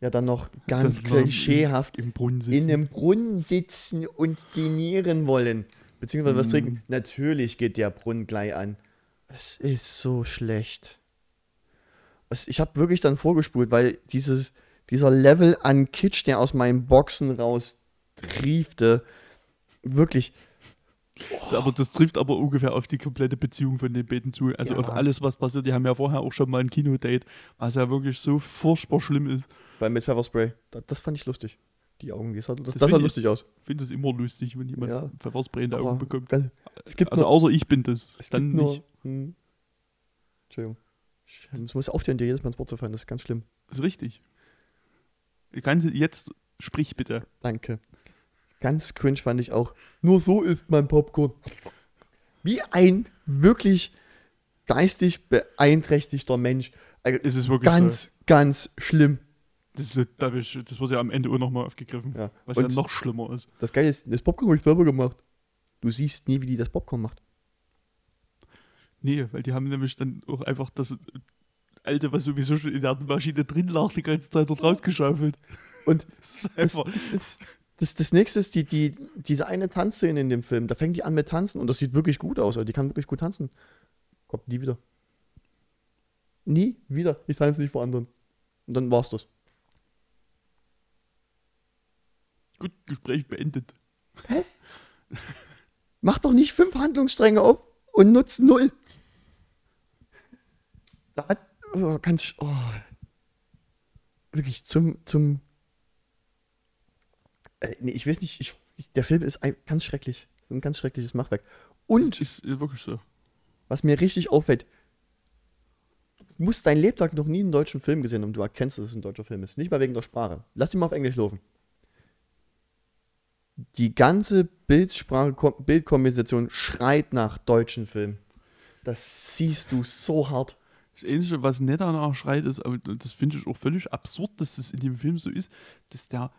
S1: ja dann noch ganz
S2: Dass man
S1: klischeehaft
S2: Im Brunnen
S1: in
S2: sitzen.
S1: einem Brunnen sitzen und dinieren wollen. Beziehungsweise was trinken. Natürlich geht der Brunnen gleich an. Es ist so schlecht. Es, ich habe wirklich dann vorgespult, weil dieses, dieser Level an Kitsch, der aus meinen Boxen raus triefte, wirklich.
S2: So, aber das trifft aber ungefähr auf die komplette Beziehung von den beiden zu. Also
S1: Ja.
S2: auf alles, was passiert. Die haben ja vorher auch schon mal ein Kinodate, was ja wirklich so furchtbar schlimm ist.
S1: Bei mit Pfefferspray. Das, das fand ich lustig. Die Augen, das, sah- das,
S2: Das
S1: das sah
S2: find ich-
S1: lustig aus.
S2: Ich finde es immer lustig, wenn jemand
S1: Ja.
S2: Pfefferspray in die
S1: Aber
S2: Augen bekommt.
S1: ganz- es gibt
S2: also
S1: nur-
S2: außer ich bin das.
S1: Es
S2: Dann
S1: gibt nur,
S2: nicht.
S1: Hm. Entschuldigung. Ich Du musst aufhören, dir jedes Mal ins Wort zu fallen, das ist ganz schlimm.
S2: Ist richtig. Kannst du jetzt sprich bitte.
S1: Danke. Ganz cringe fand ich auch. Nur so isst man Popcorn. Wie ein wirklich geistig beeinträchtigter Mensch. Also
S2: Ist es wirklich so?
S1: ganz, ganz schlimm.
S2: Das, ist, so typisch. das wird ja am Ende auch nochmal aufgegriffen.
S1: Ja.
S2: Was
S1: Und
S2: ja noch schlimmer ist.
S1: Das Geile ist, das Popcorn habe ich selber gemacht. Du siehst nie, wie die das Popcorn macht.
S2: Nee, weil die haben nämlich dann auch einfach das alte, was sowieso schon in der Maschine drin lag, die ganze Zeit dort rausgeschaufelt.
S1: Und
S2: Das ist
S1: das,
S2: einfach.
S1: das, ist- das, das nächste ist die, die, diese eine Tanzszene in dem Film. Da fängt die an mit Tanzen und das sieht wirklich gut aus. Also die kann wirklich gut tanzen. Kommt nie wieder. Nie wieder. Ich tanze nicht vor anderen. Und dann war's das.
S2: Gut, Gespräch beendet.
S1: Mach doch nicht fünf Handlungsstränge auf und nutz null. Da hat. Oh, ganz. Oh, wirklich zum. zum äh, nee, ich weiß nicht. Ich, ich, der Film ist ein, ganz schrecklich. Ist ein ganz schreckliches Machwerk. Und
S2: Ist äh, wirklich so.
S1: was mir richtig auffällt, du musst dein Lebtag noch nie einen deutschen Film gesehen haben. Du erkennst, dass es ein deutscher Film ist. Nicht mal wegen der Sprache. Lass ihn mal auf Englisch laufen. Die ganze Bildsprache, Kom- Bildkombination schreit nach deutschen Filmen. Das siehst du so hart.
S2: Das Ähnliche, was nicht danach schreit, ist, aber das finde ich auch völlig absurd, dass das in dem Film so ist, dass der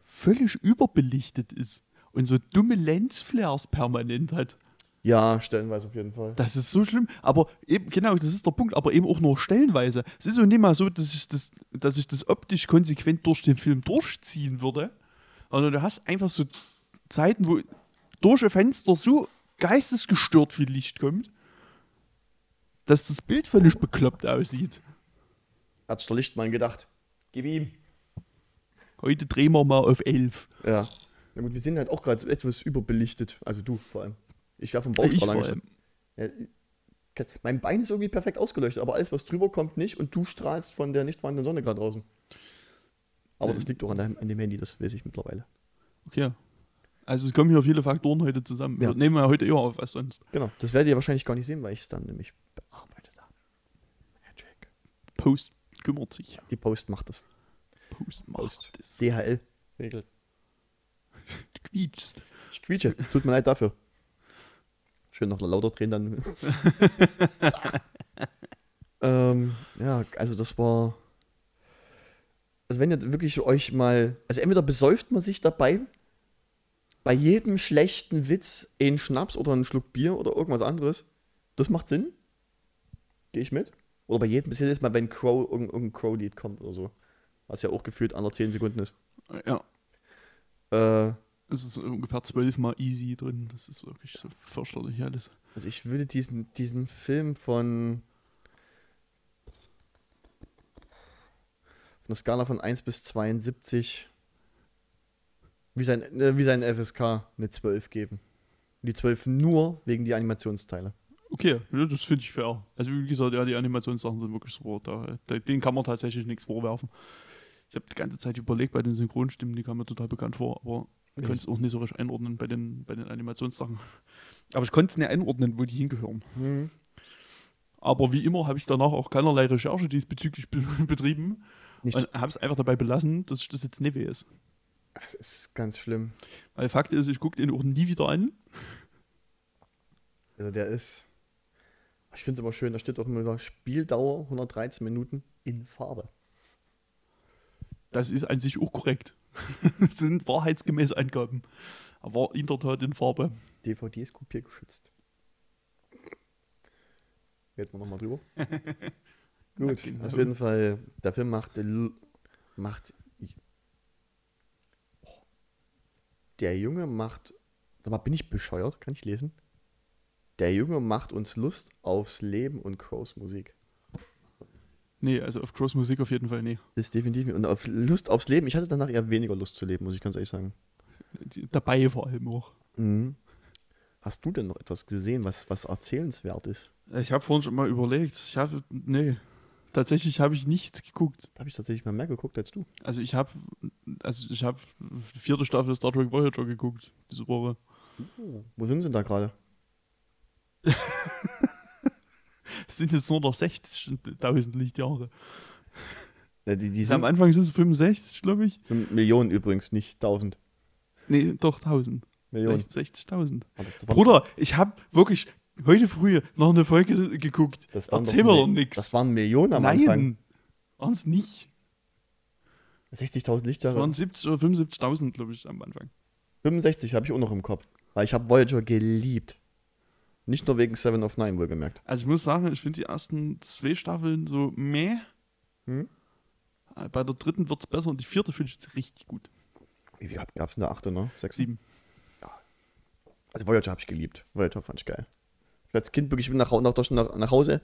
S2: völlig überbelichtet ist und so dumme Lensflares permanent hat.
S1: Ja, stellenweise auf jeden Fall.
S2: Das ist so schlimm. Aber eben, genau, das ist der Punkt, aber eben auch nur stellenweise. Es ist so nicht mal so, dass ich das, dass ich das optisch konsequent durch den Film durchziehen würde. Also du hast einfach so Zeiten, wo durch ein Fenster so geistesgestört viel Licht kommt, dass das Bild völlig bekloppt aussieht.
S1: Hat's der Lichtmann gedacht. Gib ihm.
S2: Heute drehen wir mal auf 11.
S1: Ja. Na gut, wir sind halt auch gerade etwas überbelichtet. Also du vor allem. Ich werfe vom Bauchstrahler
S2: vor allem.
S1: Ja, kann- mein Bein ist irgendwie perfekt ausgeleuchtet, aber alles, was drüber kommt, nicht. Und du strahlst von der nicht vorhandenen Sonne gerade draußen. Aber das liegt doch an, deinem, an dem Handy, das weiß ich mittlerweile.
S2: Okay. Also es kommen hier viele Faktoren heute zusammen.
S1: Ja.
S2: Wir nehmen ja heute eher auf als sonst.
S1: Genau, das werdet ihr wahrscheinlich gar nicht sehen, weil ich es dann nämlich bearbeitet habe. Magic.
S2: Post kümmert sich.
S1: Die Post macht das.
S2: Post macht
S1: Post.
S2: das.
S1: DHL regelt.
S2: Du quietschst.
S1: Ich quietsche. Tut mir leid dafür. Schön noch lauter drehen dann. ähm, ja, also das war. Also wenn ihr wirklich euch mal. Also entweder besäuft man sich dabei, bei jedem schlechten Witz einen Schnaps oder einen Schluck Bier oder irgendwas anderes. Das macht Sinn. Gehe ich mit. Oder bei jedem, bis jedes Mal, wenn Crow, irgendein, irgendein Crow-Lied kommt oder so. Was ja auch gefühlt alle 10 Sekunden ist.
S2: Ja,
S1: Äh,
S2: es ist ungefähr zwölfmal easy drin. Das ist wirklich so fürchterlich alles.
S1: Also ich würde diesen, diesen Film von von der Skala von 1 bis 72 wie sein, äh, wie sein FSK eine 12 geben. Und Die 12 nur wegen die Animationsteile.
S2: Okay, ja, das finde ich fair. Also wie gesagt, ja, die Animationssachen sind wirklich super. Da, da, denen kann man tatsächlich nichts vorwerfen. Ich habe die ganze Zeit überlegt bei den Synchronstimmen, die kamen mir total bekannt vor, aber ich
S1: Ja.
S2: konnte es auch nicht so richtig einordnen bei den, bei den Animationssachen. Aber ich konnte es nicht einordnen, wo die hingehören. Aber wie immer habe ich danach auch keinerlei Recherche diesbezüglich be betrieben
S1: Nicht,
S2: und habe es einfach dabei belassen, dass ich das jetzt nicht weiß.
S1: das ist ganz schlimm.
S2: Weil Fakt ist, ich gucke den auch nie wieder an.
S1: Also der ist. Ich finde es immer schön, da steht auch immer wieder Spieldauer 113 Minuten in Farbe.
S2: Das ist an sich auch korrekt. das sind wahrheitsgemäß Angaben. Aber in der Tat in Farbe.
S1: DVD ist kopiergeschützt. Reden wir nochmal drüber. Gut,
S2: Ja, genau.
S1: auf jeden Fall, der Film macht, L- macht Oh. der Junge macht, sag mal, bin ich bescheuert? Kann ich lesen? Der Junge macht uns Lust aufs Leben und Crows Musik.
S2: Nee, also auf Cross-Musik auf jeden Fall, nee.
S1: Das ist definitiv, und auf Lust aufs Leben, ich hatte danach eher weniger Lust zu leben, muss ich ganz ehrlich sagen.
S2: Die- Dabei vor allem auch.
S1: Mhm. Hast du denn noch etwas gesehen, was, was erzählenswert ist?
S2: Ich habe vorhin schon mal überlegt. Ich habe, nee. Tatsächlich habe ich nichts geguckt.
S1: Da habe ich tatsächlich mal mehr geguckt als du.
S2: Also ich habe, also ich habe die vierte Staffel Star Trek Voyager geguckt, diese Woche.
S1: Wo sind sie denn da gerade?
S2: Es sind jetzt nur noch 60.000 Lichtjahre.
S1: Na, Ne, die, die
S2: Am
S1: sind
S2: Anfang sind es 65, glaube ich.
S1: Millionen übrigens, nicht 1000.
S2: Nee, doch 1000.
S1: Millionen.
S2: 60.000.
S1: Ah, das waren-
S2: Bruder, ich habe wirklich heute früh noch eine Folge geguckt.
S1: das waren
S2: Erzähl
S1: doch
S2: mir doch
S1: Mil- Das
S2: nichts.
S1: waren Millionen am Anfang.
S2: Nein, waren es nicht.
S1: 60.000
S2: Es
S1: Lichtjahre.
S2: waren 70 oder 75.000, glaube ich, am Anfang.
S1: 65 habe ich auch noch im Kopf. Weil ich habe Voyager geliebt. Nicht nur wegen Seven of Nine, wohlgemerkt.
S2: Also ich muss sagen, ich finde die ersten zwei Staffeln so meh. Äh,
S1: Hm?
S2: Bei der dritten wird es besser und die vierte finde ich jetzt richtig gut.
S1: Wie viel gab es in der 8, ne? 6?
S2: Sieben.
S1: Also Voyager habe ich geliebt. Voyager fand ich geil. Ich bin als Kind wirklich bin nach, Hau- nach, Deutschland nach, nach Hause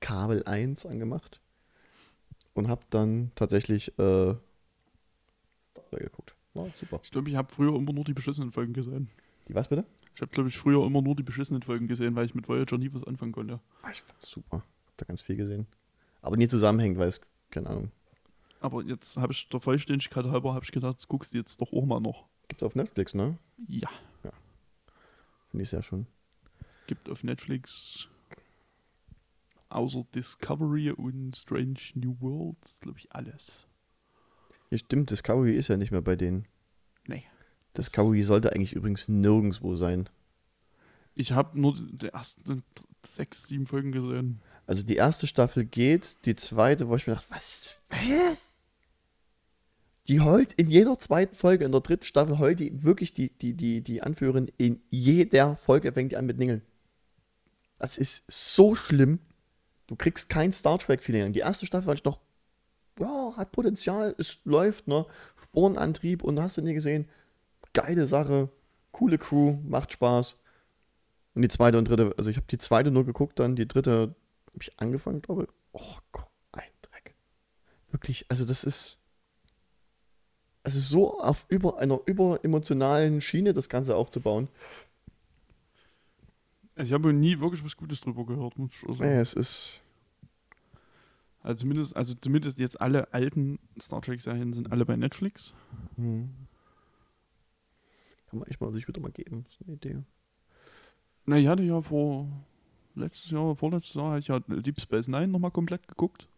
S1: Kabel 1 angemacht und habe dann tatsächlich äh, Star Trek geguckt. War super.
S2: Ich glaube, ich habe früher immer nur die beschissenen Folgen gesehen.
S1: Die was bitte?
S2: Ich habe, glaube ich, früher immer nur die beschissenen Folgen gesehen, weil ich mit Voyager nie was anfangen konnte.
S1: Ah, ich fand's super. Hab da ganz viel gesehen. Aber nie zusammenhängend, weil es, keine Ahnung,
S2: Aber jetzt habe ich der Vollständigkeit halber habe ich gedacht, das guckst du jetzt doch auch mal noch.
S1: gibt's auf Netflix, ne?
S2: Ja,
S1: Finde ich ja schon.
S2: gibt auf Netflix außer Discovery und Strange New Worlds, glaube ich, alles.
S1: Ja, stimmt, Discovery ist ja nicht mehr bei denen.
S2: Nee.
S1: Discovery sollte eigentlich übrigens nirgendwo sein.
S2: Ich habe nur die ersten sechs, sieben Folgen gesehen.
S1: Also die erste Staffel geht, die zweite, wo ich mir dachte, was? Hä? Die heult in jeder zweiten Folge, in der dritten Staffel heult die wirklich die, die, die, die Anführerin in jeder Folge fängt die an mit Ningeln. Das ist so schlimm. Du kriegst kein Star Trek-Feeling. Die erste Staffel war ich noch, ja, hat Potenzial, es läuft, ne? Sporenantrieb und hast du nie gesehen. Geile Sache, coole Crew, macht Spaß. Und die zweite und dritte, also ich habe die zweite nur geguckt, dann die dritte habe ich angefangen, glaube ich. Oh Gott, ein Dreck. Wirklich, also das ist. Es ist so auf über einer überemotionalen Schiene das Ganze aufzubauen.
S2: Also ich habe nie wirklich was Gutes drüber gehört, muss ich auch sagen.
S1: Nee, es ist.
S2: Also, zumindest, also zumindest jetzt alle alten Star Trek-Serien sind alle bei Netflix.
S1: Hm. Kann man echt mal sich wieder mal geben. Das ist eine Idee.
S2: Na, ich hatte ja vor letztes Jahr, vorletztes Jahr, hatte ich ja Deep Space Nine nochmal komplett geguckt.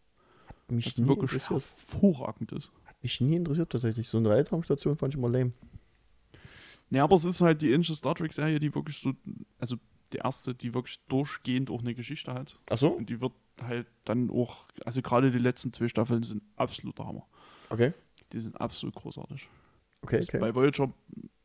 S1: Mich
S2: Das
S1: nie
S2: wirklich
S1: interessiert.
S2: hervorragend ist.
S1: Hat mich nie interessiert tatsächlich. So eine Weltraumstation fand ich immer lame.
S2: Ja, aber es ist halt die ähnliche Star Trek-Serie, die wirklich so, also die erste, die wirklich durchgehend auch eine Geschichte hat.
S1: Ach so?
S2: Und die wird halt dann auch, also gerade die letzten zwei Staffeln sind absoluter Hammer.
S1: Okay.
S2: Die sind absolut großartig.
S1: Okay,
S2: Also
S1: okay.
S2: Bei Voyager,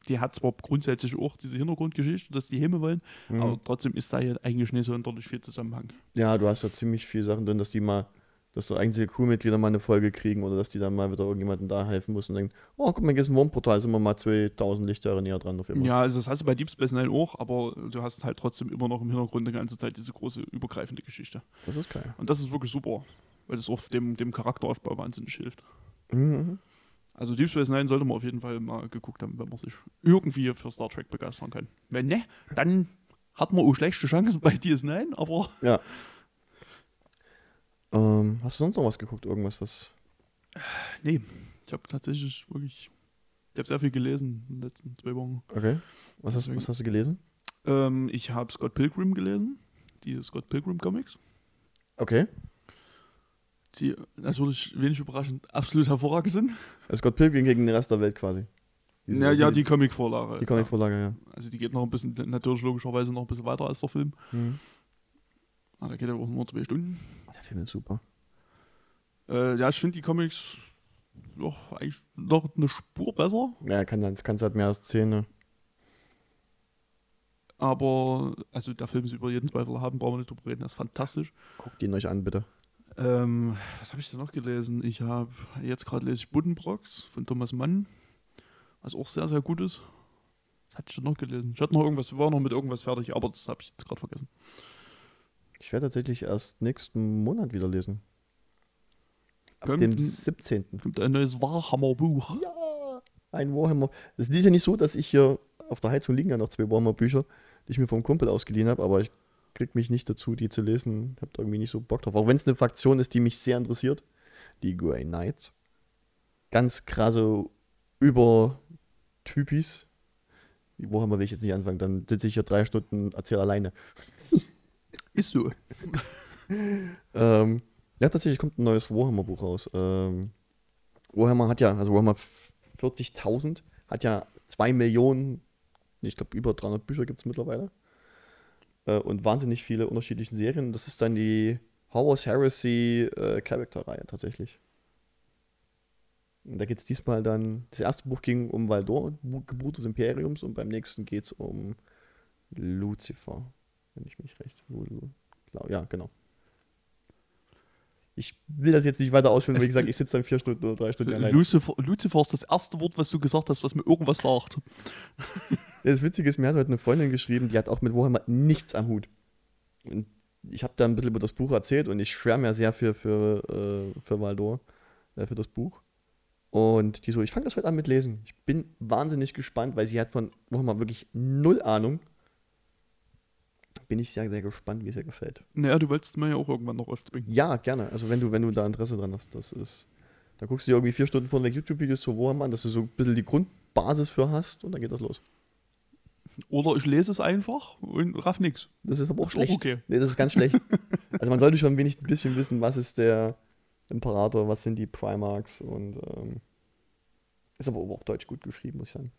S2: die hat zwar grundsätzlich auch diese Hintergrundgeschichte, dass die Himmel wollen,
S1: Mhm.
S2: aber trotzdem ist da jetzt eigentlich nicht so sonderlich viel Zusammenhang.
S1: Ja, du hast ja ziemlich viel Sachen drin, dass die mal, dass da einzelne Crewmitglieder mal eine Folge kriegen oder dass die dann mal wieder irgendjemandem da helfen muss und denken, oh, guck mal, hier ist ein Wurmportal, sind wir mal 2000 Lichtjahre näher dran auf immer.
S2: Ja, also das hast du bei Deep Space Nine auch, aber du hast halt trotzdem immer noch im Hintergrund die ganze Zeit diese große übergreifende Geschichte.
S1: Das ist geil.
S2: Und das ist wirklich super, weil das auch dem, dem Charakteraufbau wahnsinnig hilft.
S1: Mhm.
S2: Also Deep Space Nine sollte man auf jeden Fall mal geguckt haben, wenn man sich irgendwie für Star Trek begeistern kann. Wenn ne, dann hat man auch schlechte Chancen bei DS9, aber
S1: Ja. Ähm, hast du sonst noch was geguckt? Irgendwas, was.
S2: nee, ich habe tatsächlich wirklich, ich habe sehr viel gelesen in den letzten zwei Wochen.
S1: Okay. Was hast,
S2: Deswegen-
S1: was hast du gelesen?
S2: Ähm, ich habe Scott Pilgrim gelesen, die Scott Pilgrim Comics,
S1: Okay.
S2: die natürlich wenig überraschend absolut hervorragend sind.
S1: Also Scott Pilgrim gegen den Rest der Welt quasi. Diese-
S2: Ja, ja, die Comic-Vorlage.
S1: Die Comic-Vorlage, ja.
S2: ja. Also die geht noch ein bisschen, natürlich logischerweise noch ein bisschen weiter als der Film.
S1: Mhm.
S2: Ah, da geht ja auch nur zwei Stunden.
S1: Der Film ist super.
S2: Äh, ja, ich finde die Comics doch eigentlich noch eine Spur besser,
S1: Ja, kann dann, kannst halt mehr als 10, ne?
S2: aber also der Film ist über jeden Zweifel haben, brauchen wir nicht drüber reden, das ist fantastisch.
S1: Guckt ihn euch an, bitte.
S2: Ähm, was habe ich denn noch gelesen? Ich habe jetzt gerade lese ich Buddenbrocks von Thomas Mann, was auch sehr, sehr gut ist. Was hatte ich denn noch gelesen? Ich hatte noch irgendwas, wir waren noch mit irgendwas fertig, aber das habe ich jetzt gerade vergessen.
S1: Ich werde tatsächlich erst nächsten Monat wieder lesen. Ab
S2: Kommt
S1: dem
S2: ein-
S1: 17.
S2: Kommt ein neues Warhammer-Buch.
S1: Ja, ein Warhammer. Es ist ja nicht so, dass ich hier auf der Heizung liegen ja noch zwei Warhammer-Bücher, die ich mir vom Kumpel ausgeliehen habe, aber ich krieg mich nicht dazu, die zu lesen. Hab da irgendwie nicht so Bock drauf. Auch wenn es eine Fraktion ist, die mich sehr interessiert. Die Grey Knights. Ganz krasse Übertypis. Die Warhammer will ich jetzt nicht anfangen, dann sitze ich hier drei Stunden und erzähle alleine.
S2: Ist so.
S1: Ähm, ja, tatsächlich kommt ein neues Warhammer-Buch raus. Ähm, Warhammer hat ja, also Warhammer 40.000 hat ja 2 Millionen, nee, ich glaube über 300 Bücher gibt es mittlerweile. Äh, und wahnsinnig viele unterschiedliche Serien. Das ist dann die Horus Heresy äh, Charakter-Reihe tatsächlich. Und Da geht es diesmal dann, das erste Buch ging um Valdor, Bu- Geburt des Imperiums, und beim nächsten geht es um Lucifer, wenn ich mich recht. Lu- Lu- glaub- Ja, genau. Ich will das jetzt nicht weiter ausführen, weil
S2: Es-
S1: ich sage, ich sitze dann vier Stunden oder drei Stunden allein.
S2: Lucifer, Lucifer ist das erste Wort, was du gesagt hast, was mir irgendwas sagt.
S1: Ja, Das Witzige ist, mir hat heute eine Freundin geschrieben, die hat auch mit Warhammer nichts am Hut. Und ich habe da ein bisschen über das Buch erzählt und ich schwärme ja sehr für, für, äh, für Valdor, äh, für das Buch. Und die so, ich fange das heute an mit Lesen. Ich bin wahnsinnig gespannt, weil sie hat von Warhammer wirklich null Ahnung. Bin ich sehr, sehr gespannt, wie es ihr gefällt.
S2: Naja, du wolltest mir ja auch irgendwann noch aufzwingen.
S1: Ja, gerne. Also wenn du, wenn du da Interesse dran hast, das ist. Da guckst du dir irgendwie vier Stunden von YouTube-Videos zu Warhammer an, dass du so ein bisschen die Grundbasis für hast und dann geht das los.
S2: Oder ich lese es einfach und raff nix.
S1: Das ist aber auch
S2: Ist auch
S1: schlecht.
S2: okay.
S1: Nee, das ist ganz schlecht. Also man sollte schon wenig, ein bisschen wissen, was ist der Imperator, was sind die Primarchs und ähm, ist aber auch auf Deutsch gut geschrieben, muss ich sagen.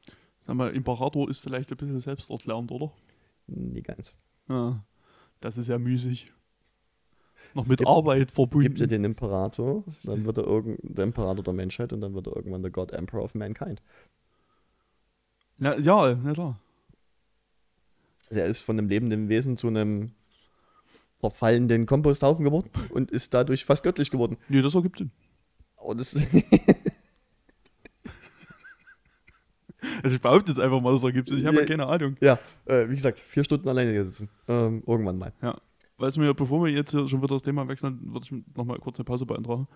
S2: Sag mal, Imperator ist vielleicht ein bisschen selbsterklärend, oder?
S1: Nee, ganz.
S2: Ja. Das ist ja müßig. Ist noch
S1: Es
S2: mit
S1: gibt-
S2: Arbeit
S1: Gibt er
S2: verbunden.
S1: den Imperator, dann wird er irgendein der Imperator der Menschheit und dann wird er irgendwann der God Emperor of Mankind.
S2: Na, ja, na klar.
S1: Also er ist von einem lebenden Wesen zu einem verfallenden Komposthaufen geworden und ist dadurch fast göttlich geworden.
S2: Nee, das ergibt Sinn.
S1: Und das,
S2: Also ich behaupte jetzt einfach mal, das ergibt Sinn. Ich habe ja
S1: Ja.
S2: keine Ahnung.
S1: ja, äh, wie gesagt, vier Stunden alleine hier sitzen. Ähm, irgendwann mal.
S2: Ja. Weißt du mir, bevor wir jetzt hier schon wieder das Thema wechseln, würde ich nochmal kurz eine Pause beantragen.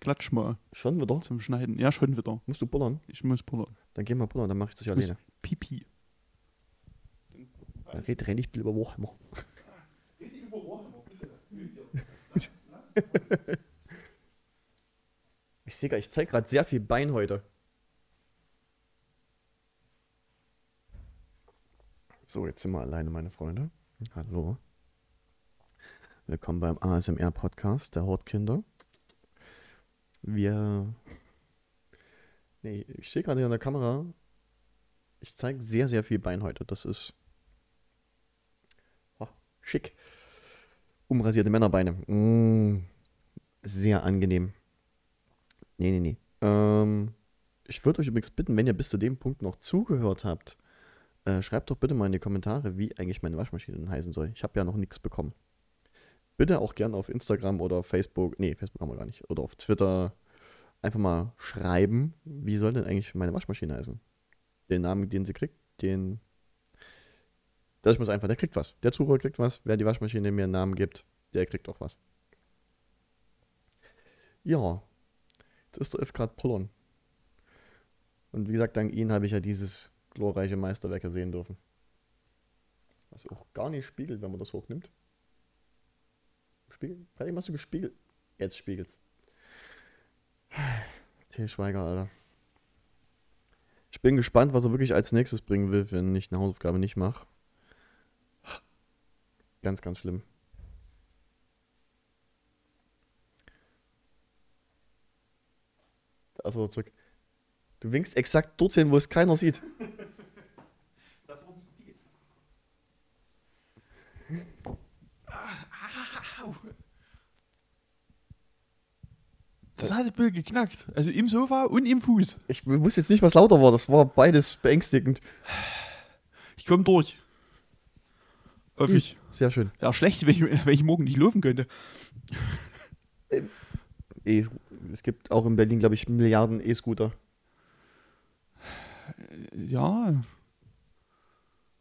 S2: Klatsch mal
S1: Schon wieder?
S2: zum Schneiden. Ja, schon wieder.
S1: Musst du bullern?
S2: Ich muss pullern.
S1: Dann geh mal bullern, dann mache ich das ja
S2: Ich muss
S1: alleine.
S2: Pipi.
S1: Dann red, red nicht viel über Warhammer. Ich sehe ich zeige gerade sehr viel Bein heute. So, jetzt sind wir alleine, meine Freunde. Hallo. Willkommen beim ASMR-Podcast der Hortkinder. Wir. Nee, ich sehe gerade hier an der Kamera, ich zeige sehr, sehr viel Bein heute. Das ist Ah, schick. Umrasierte Männerbeine. Mm, sehr angenehm. Nee, nee, nee. Ähm, ich würde euch übrigens bitten, wenn ihr bis zu dem Punkt noch zugehört habt, äh, schreibt doch bitte mal in die Kommentare, wie eigentlich meine Waschmaschine denn heißen soll. Ich habe ja noch nichts bekommen. Bitte auch gerne auf Instagram oder auf Facebook, nee, Facebook haben wir gar nicht, oder auf Twitter einfach mal schreiben, wie soll denn eigentlich meine Waschmaschine heißen? Den Namen, den sie kriegt, den das muss einfach, der kriegt was. Der Zuhörer kriegt was. Wer die Waschmaschine mir einen Namen gibt, der kriegt auch was. Ja. Jetzt ist der F Grad Pullon. Und wie gesagt, dank Ihnen habe ich ja dieses glorreiche Meisterwerk sehen dürfen. Was auch gar nicht spiegelt, wenn man das hochnimmt. Spiegel? Vielleicht hast du gespiegelt. Jetzt spiegelt's. Till Schweiger, Alter. Ich bin gespannt, was er wirklich als nächstes bringen will, wenn ich eine Hausaufgabe nicht mache. Ganz, ganz schlimm. Also zurück. Du winkst exakt dorthin, wo es keiner sieht.
S2: Das hat ein bisschen geknackt. Also im Sofa und im Fuß.
S1: Ich wusste jetzt nicht, was lauter war. Das war beides beängstigend.
S2: Ich komme durch.
S1: Hm.
S2: Hoffe ich.
S1: Sehr schön.
S2: Ja, schlecht, wenn ich, wenn ich morgen nicht laufen könnte.
S1: E es gibt auch in Berlin, glaube ich, Milliarden E-Scooter.
S2: Ja,
S1: Und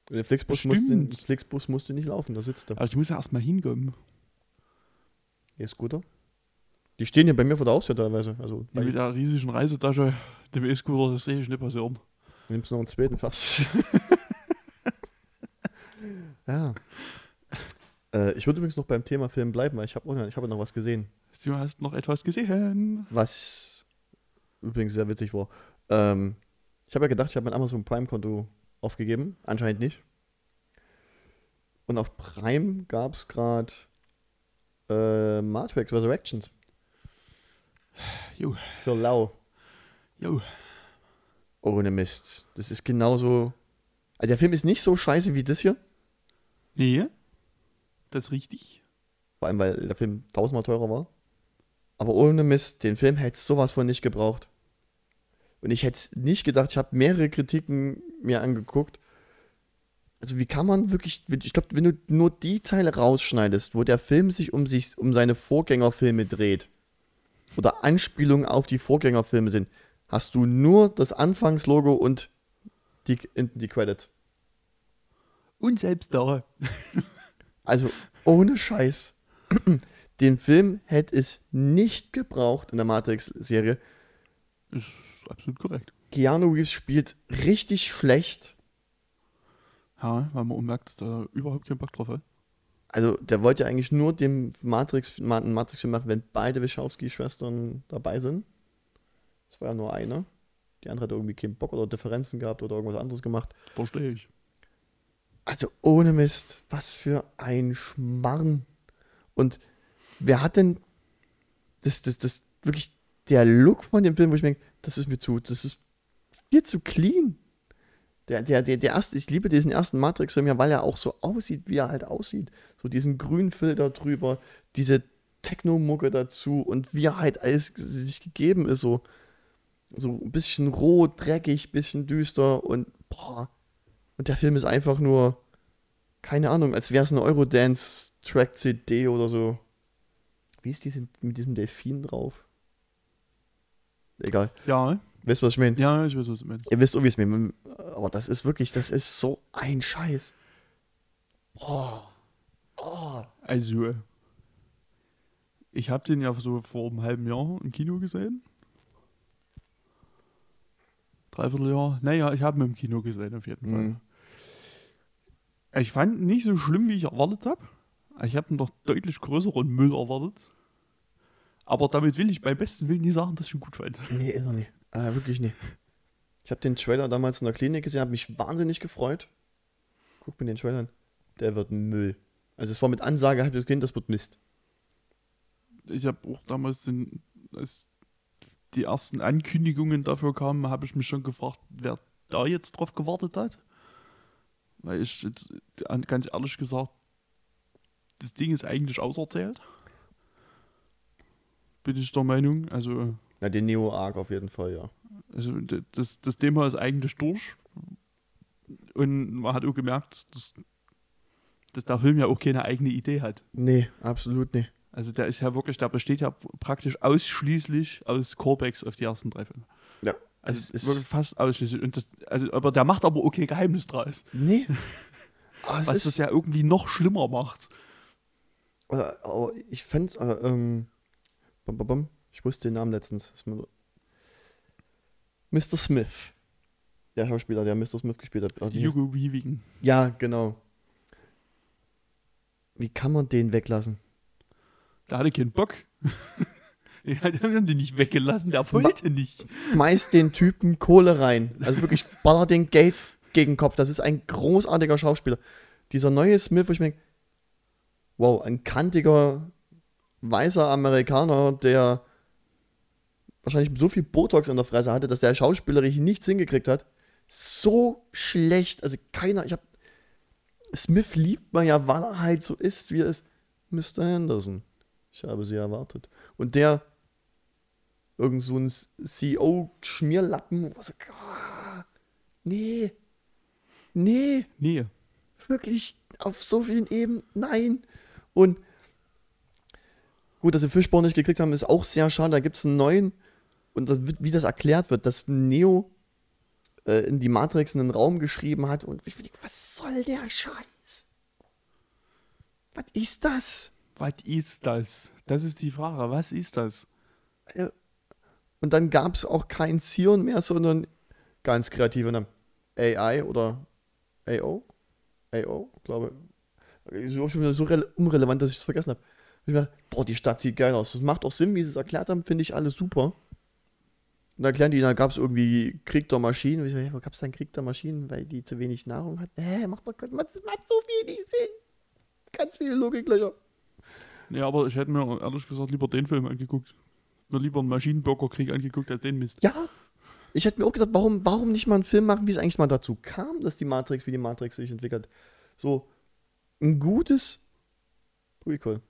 S1: Der Flixbus musste,
S2: Stimmt.
S1: Flixbus musste nicht laufen, da sitzt er.
S2: aber also ich muss ja erstmal hinkommen.
S1: E-Scooter. Die stehen hier bei mir vor der Haustür teilweise. Also bei,
S2: Mit der riesigen Reisetasche, dem E-Scooter, das sehe ich nicht um. passieren.
S1: nimmst noch einen zweiten fast. ja. Äh, ich würde übrigens noch beim Thema Film bleiben, weil ich habe oh nein, ich habe noch was gesehen,
S2: Du hast noch etwas gesehen.
S1: was übrigens sehr witzig war. Ähm, ich habe ja gedacht, ich habe mein Amazon Prime Konto aufgegeben, anscheinend nicht. Und auf Prime gab es gerade äh, Matrix Resurrections.
S2: Jo.
S1: Für Lau.
S2: Jo.
S1: Ohne Mist. Das ist genauso. Also der Film ist nicht so scheiße wie das hier.
S2: Nee. Das ist richtig.
S1: Vor allem, weil der Film tausendmal teurer war. Aber ohne Mist, den Film hätte es sowas von nicht gebraucht. Und ich hätte es nicht gedacht, ich habe mehrere Kritiken mir angeguckt. Also wie kann man wirklich, ich glaube, wenn du nur die Teile rausschneidest, wo der Film sich um, sich um seine Vorgängerfilme dreht oder Anspielungen auf die Vorgängerfilme sind, hast du nur das Anfangslogo und die, hinten die Credits.
S2: Und selbst da.
S1: Also ohne Scheiß. Den Film hätte es nicht gebraucht in der Matrix-Serie.
S2: Ist absolut korrekt.
S1: Keanu Reeves spielt richtig schlecht.
S2: Ja, weil man merkt, dass da überhaupt keinen Bock drauf hat.
S1: Also, der wollte ja eigentlich nur den Matrix, Ma- einen Matrix-Film machen, wenn beide Wachowski-Schwestern dabei sind. Das war ja nur eine. Die andere hatte irgendwie keinen Bock oder Differenzen gehabt oder irgendwas anderes gemacht.
S2: Verstehe ich.
S1: Also, ohne Mist, was für ein Schmarrn. Und wer hat denn das, das, das wirklich der Look von dem Film, wo ich mir denke, das ist mir zu, das ist viel zu clean. Der, der, der, der erste, ich liebe diesen ersten Matrix-Film ja, weil er auch so aussieht, wie er halt aussieht. So diesen grünen Filter drüber, diese Techno-Mucke dazu und wie er halt alles sich gegeben ist, so, so ein bisschen roh, dreckig, bisschen düster und boah. Und der Film ist einfach nur, keine Ahnung, als wäre es eine Eurodance-Track-CD oder so. Wie ist diese mit diesem Delfin drauf? Egal.
S2: Ja,
S1: Wisst ihr, was ich meine?
S2: ja, ich weiß, was du meinst.
S1: Ihr wisst, oh, wie es mir. Aber das ist wirklich, das ist so ein Scheiß. Oh. Oh.
S2: Also, äh, ich habe den ja so vor einem halben Jahr im Kino gesehen. Dreiviertel Jahr. Naja, ich habe ihn im Kino gesehen, auf jeden
S1: Mhm.
S2: Fall. Ich fand ihn nicht so schlimm, wie ich erwartet habe. Ich habe ihn doch deutlich größeren Müll erwartet. Aber damit will ich beim besten Willen nie sagen, dass ich ihn gut fand.
S1: Nee, ist noch nicht. Äh, wirklich nicht. Ich habe den Trailer damals in der Klinik gesehen, habe mich wahnsinnig gefreut. Guck mir den Trailer an. Der wird Müll. Also es war mit Ansage, hab ich das Kind, das wird Mist.
S2: Ich habe auch damals, den, als die ersten Ankündigungen dafür kamen, habe ich mich schon gefragt, wer da jetzt drauf gewartet hat. Weil ich jetzt an- ganz ehrlich gesagt, das Ding ist eigentlich auserzählt. Bin ich der Meinung. Also,
S1: Na, den Neo-Arc auf jeden Fall, ja.
S2: also d- das, das Thema ist eigentlich durch. Und man hat auch gemerkt, dass, dass der Film ja auch keine eigene Idee hat.
S1: Nee, absolut nicht.
S2: Also der ist ja wirklich, der besteht ja praktisch ausschließlich aus Callbacks auf die ersten drei Filme.
S1: Ja.
S2: Also
S1: es ist,
S2: wirklich fast ausschließlich. Und das, also, aber der macht aber okay Geheimnis draus.
S1: nee. Aber es
S2: Was das ja irgendwie noch schlimmer macht.
S1: Oder, oh, ich fand, äh, ähm, bam, bam, bam, ich wusste den Namen letztens. Ist mir- Mr. Smith. Der Schauspieler, der Mr. Smith gespielt hat. Oh, wie hieß-
S2: Hugo Weaving.
S1: Ja, genau. Wie kann man den weglassen?
S2: Der hatte keinen Bock. Die haben den nicht weggelassen, der wollte nicht.
S1: Schmeiß den Typen Kohle rein. Also wirklich, baller den Geld gegen den Kopf. Das ist ein großartiger Schauspieler. Dieser neue Smith, wo ich mir denk, wow, ein kantiger, weißer Amerikaner, der wahrscheinlich so viel Botox in der Fresse hatte, dass der schauspielerisch nichts hingekriegt hat. So schlecht. Also keiner, ich hab. Smith liebt man ja, weil er halt so ist, wie er ist. Mr. Henderson. Ich habe sie erwartet. Und der irgend so ein E CEO-Schmierlappen. Was, ah, nee. Nee,
S2: Nee.
S1: wirklich auf so vielen Ebenen. Nein. Und gut, dass sie Fischborn nicht gekriegt haben, ist auch sehr schade. Da gibt es einen neuen. Und das, wird- wie das erklärt wird, dass Neo äh, in die Matrix einen Raum geschrieben hat. Und ich denk, was soll der Scheiß? Was ist das?
S2: Was ist das? Das ist die Frage. Was ist das?
S1: Ja. Und dann gab es auch kein Zion mehr, sondern ganz kreative Namen. AI oder AO? AO, glaube ich. Ist auch schon wieder so rele- unrelevant, dass ich es vergessen habe. Ich dachte, boah, die Stadt sieht geil aus. Das macht auch Sinn, wie sie es erklärt haben, finde ich alles super. Und dann erklären die, da gab es irgendwie Krieg der Maschinen. Und ich dachte, ja, gab es da einen Krieg der Maschinen, weil die zu wenig Nahrung hatten? Hä, macht doch keinen- das macht so viel nicht Sinn. Ganz viele Logiklöcher.
S2: Ja, aber ich hätte mir ehrlich gesagt lieber den Film angeguckt. Mir lieber einen Maschinenbürgerkrieg angeguckt als den Mist.
S1: Ja. Ich hätte mir auch gedacht, warum, warum nicht mal einen Film machen, wie es eigentlich mal dazu kam, dass die Matrix, wie die Matrix sich entwickelt. So ein gutes Prequel.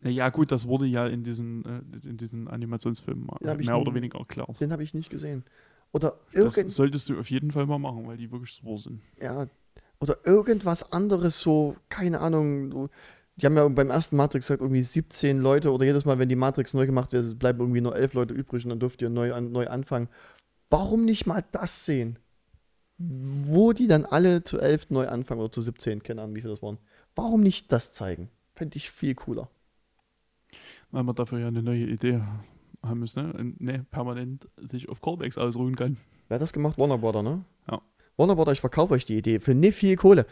S2: Naja, gut, das wurde ja in diesen, äh, in diesen Animationsfilmen mal-
S1: Ja, hab ich
S2: mehr
S1: nie-
S2: oder weniger erklärt.
S1: Den habe ich nicht gesehen. Oder
S2: Das
S1: irgend,
S2: solltest du auf jeden Fall mal machen, weil die wirklich super sind.
S1: ja, oder irgendwas anderes, so, keine Ahnung. so- Die haben ja beim ersten Matrix gesagt, irgendwie 17 Leute oder jedes Mal, wenn die Matrix neu gemacht wird, bleiben irgendwie nur 11 Leute übrig und dann dürft ihr neu, an, neu anfangen. Warum nicht mal das sehen? Wo die dann alle zu 11 neu anfangen oder zu 17, keine Ahnung, wie viele das waren. Warum nicht das zeigen? Fände ich viel cooler.
S2: Weil man dafür ja eine neue Idee haben muss, ne? Und, ne permanent sich auf Callbacks ausruhen kann.
S1: Wer hat das gemacht? Warner Brother, ne?
S2: Ja.
S1: Warner Brother, ich verkaufe euch die Idee für nicht viel Kohle.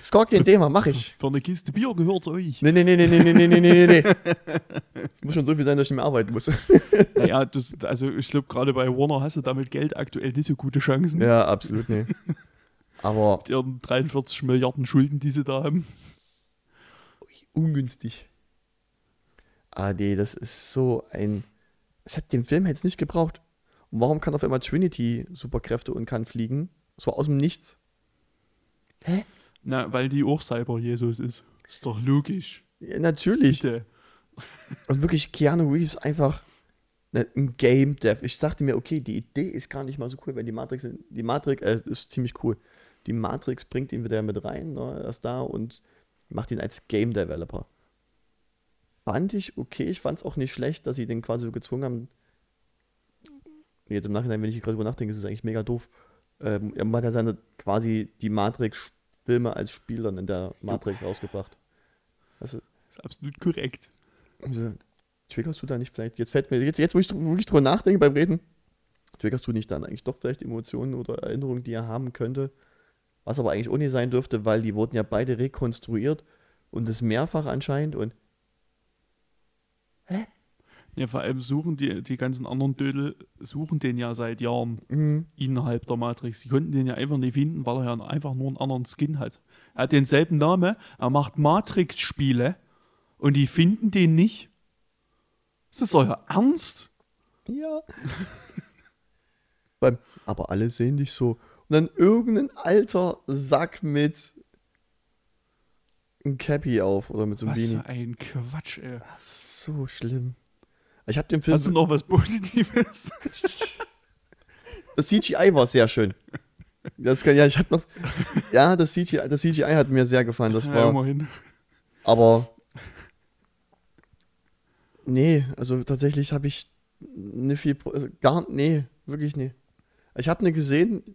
S1: Scorpion Thema, mach ich.
S2: Für eine Kiste Bier gehört zu euch.
S1: Nee, nee, nee, nee, nee, nee, nee, nee, nee, nee, nee. Muss schon so viel sein, dass ich nicht mehr arbeiten muss.
S2: naja, das, also ich glaube, gerade bei Warner hast du damit Geld aktuell nicht so gute Chancen.
S1: ja, absolut, nee. Aber
S2: Mit ihren 43 Milliarden Schulden, die sie da haben.
S1: ungünstig. Ah, nee, das ist so ein. Es hat den Film jetzt nicht gebraucht. Und warum kann auf einmal Trinity Superkräfte und kann fliegen? So aus dem Nichts. Hä?
S2: Na, weil die auch Cyber-Jesus ist. Ist doch logisch.
S1: Ja, natürlich.
S2: Bitte.
S1: Und wirklich Keanu Reeves einfach ne, ein Game Dev. Ich dachte mir, okay, die Idee ist gar nicht mal so cool, weil die Matrix, die Matrix äh, ist ziemlich cool. Die Matrix bringt ihn wieder mit rein, ne, er ist da und macht ihn als Game Developer. Fand ich okay, ich fand es auch nicht schlecht, dass sie den quasi so gezwungen haben. Jetzt im Nachhinein, wenn ich gerade drüber nachdenke, ist es eigentlich mega doof. Ähm, er hat ja seine quasi die Matrix-Filme als Spiel dann in der Matrix rausgebracht. Das ist,
S2: Ist absolut korrekt.
S1: also, triggerst du da nicht vielleicht? Jetzt fällt mir, jetzt, jetzt wo ich dr- wirklich drüber nachdenke beim Reden, triggerst du nicht dann eigentlich doch vielleicht Emotionen oder Erinnerungen, die er haben könnte, was aber eigentlich ohne sein dürfte, weil die wurden ja beide rekonstruiert und das mehrfach anscheinend und
S2: Ja, vor allem suchen die, die ganzen anderen Dödel, suchen den ja seit Jahren
S1: hm,
S2: innerhalb der Matrix. Die konnten den ja einfach nicht finden, weil er ja einfach nur einen anderen Skin hat. Er hat denselben Namen, er macht Matrix-Spiele und die finden den nicht. Ist das euer Ernst?
S1: ja. Beim- aber alle sehen dich so. Und dann irgendein alter Sack mit einem Cappy auf oder mit so einem
S2: Was
S1: Beanie.
S2: für ein Quatsch, ey.
S1: So schlimm. Ich habe den Film.
S2: Hast du noch was Positives?
S1: Das CGI war sehr schön. Das kann, ja, ich hab noch. Ja, das CGI, das CGI hat mir sehr gefallen. Das
S2: ja,
S1: war.
S2: immerhin.
S1: Aber. Nee, also tatsächlich habe ich nicht viel. Pro- Also gar. Nee, wirklich nee. Ich habe ne gesehen.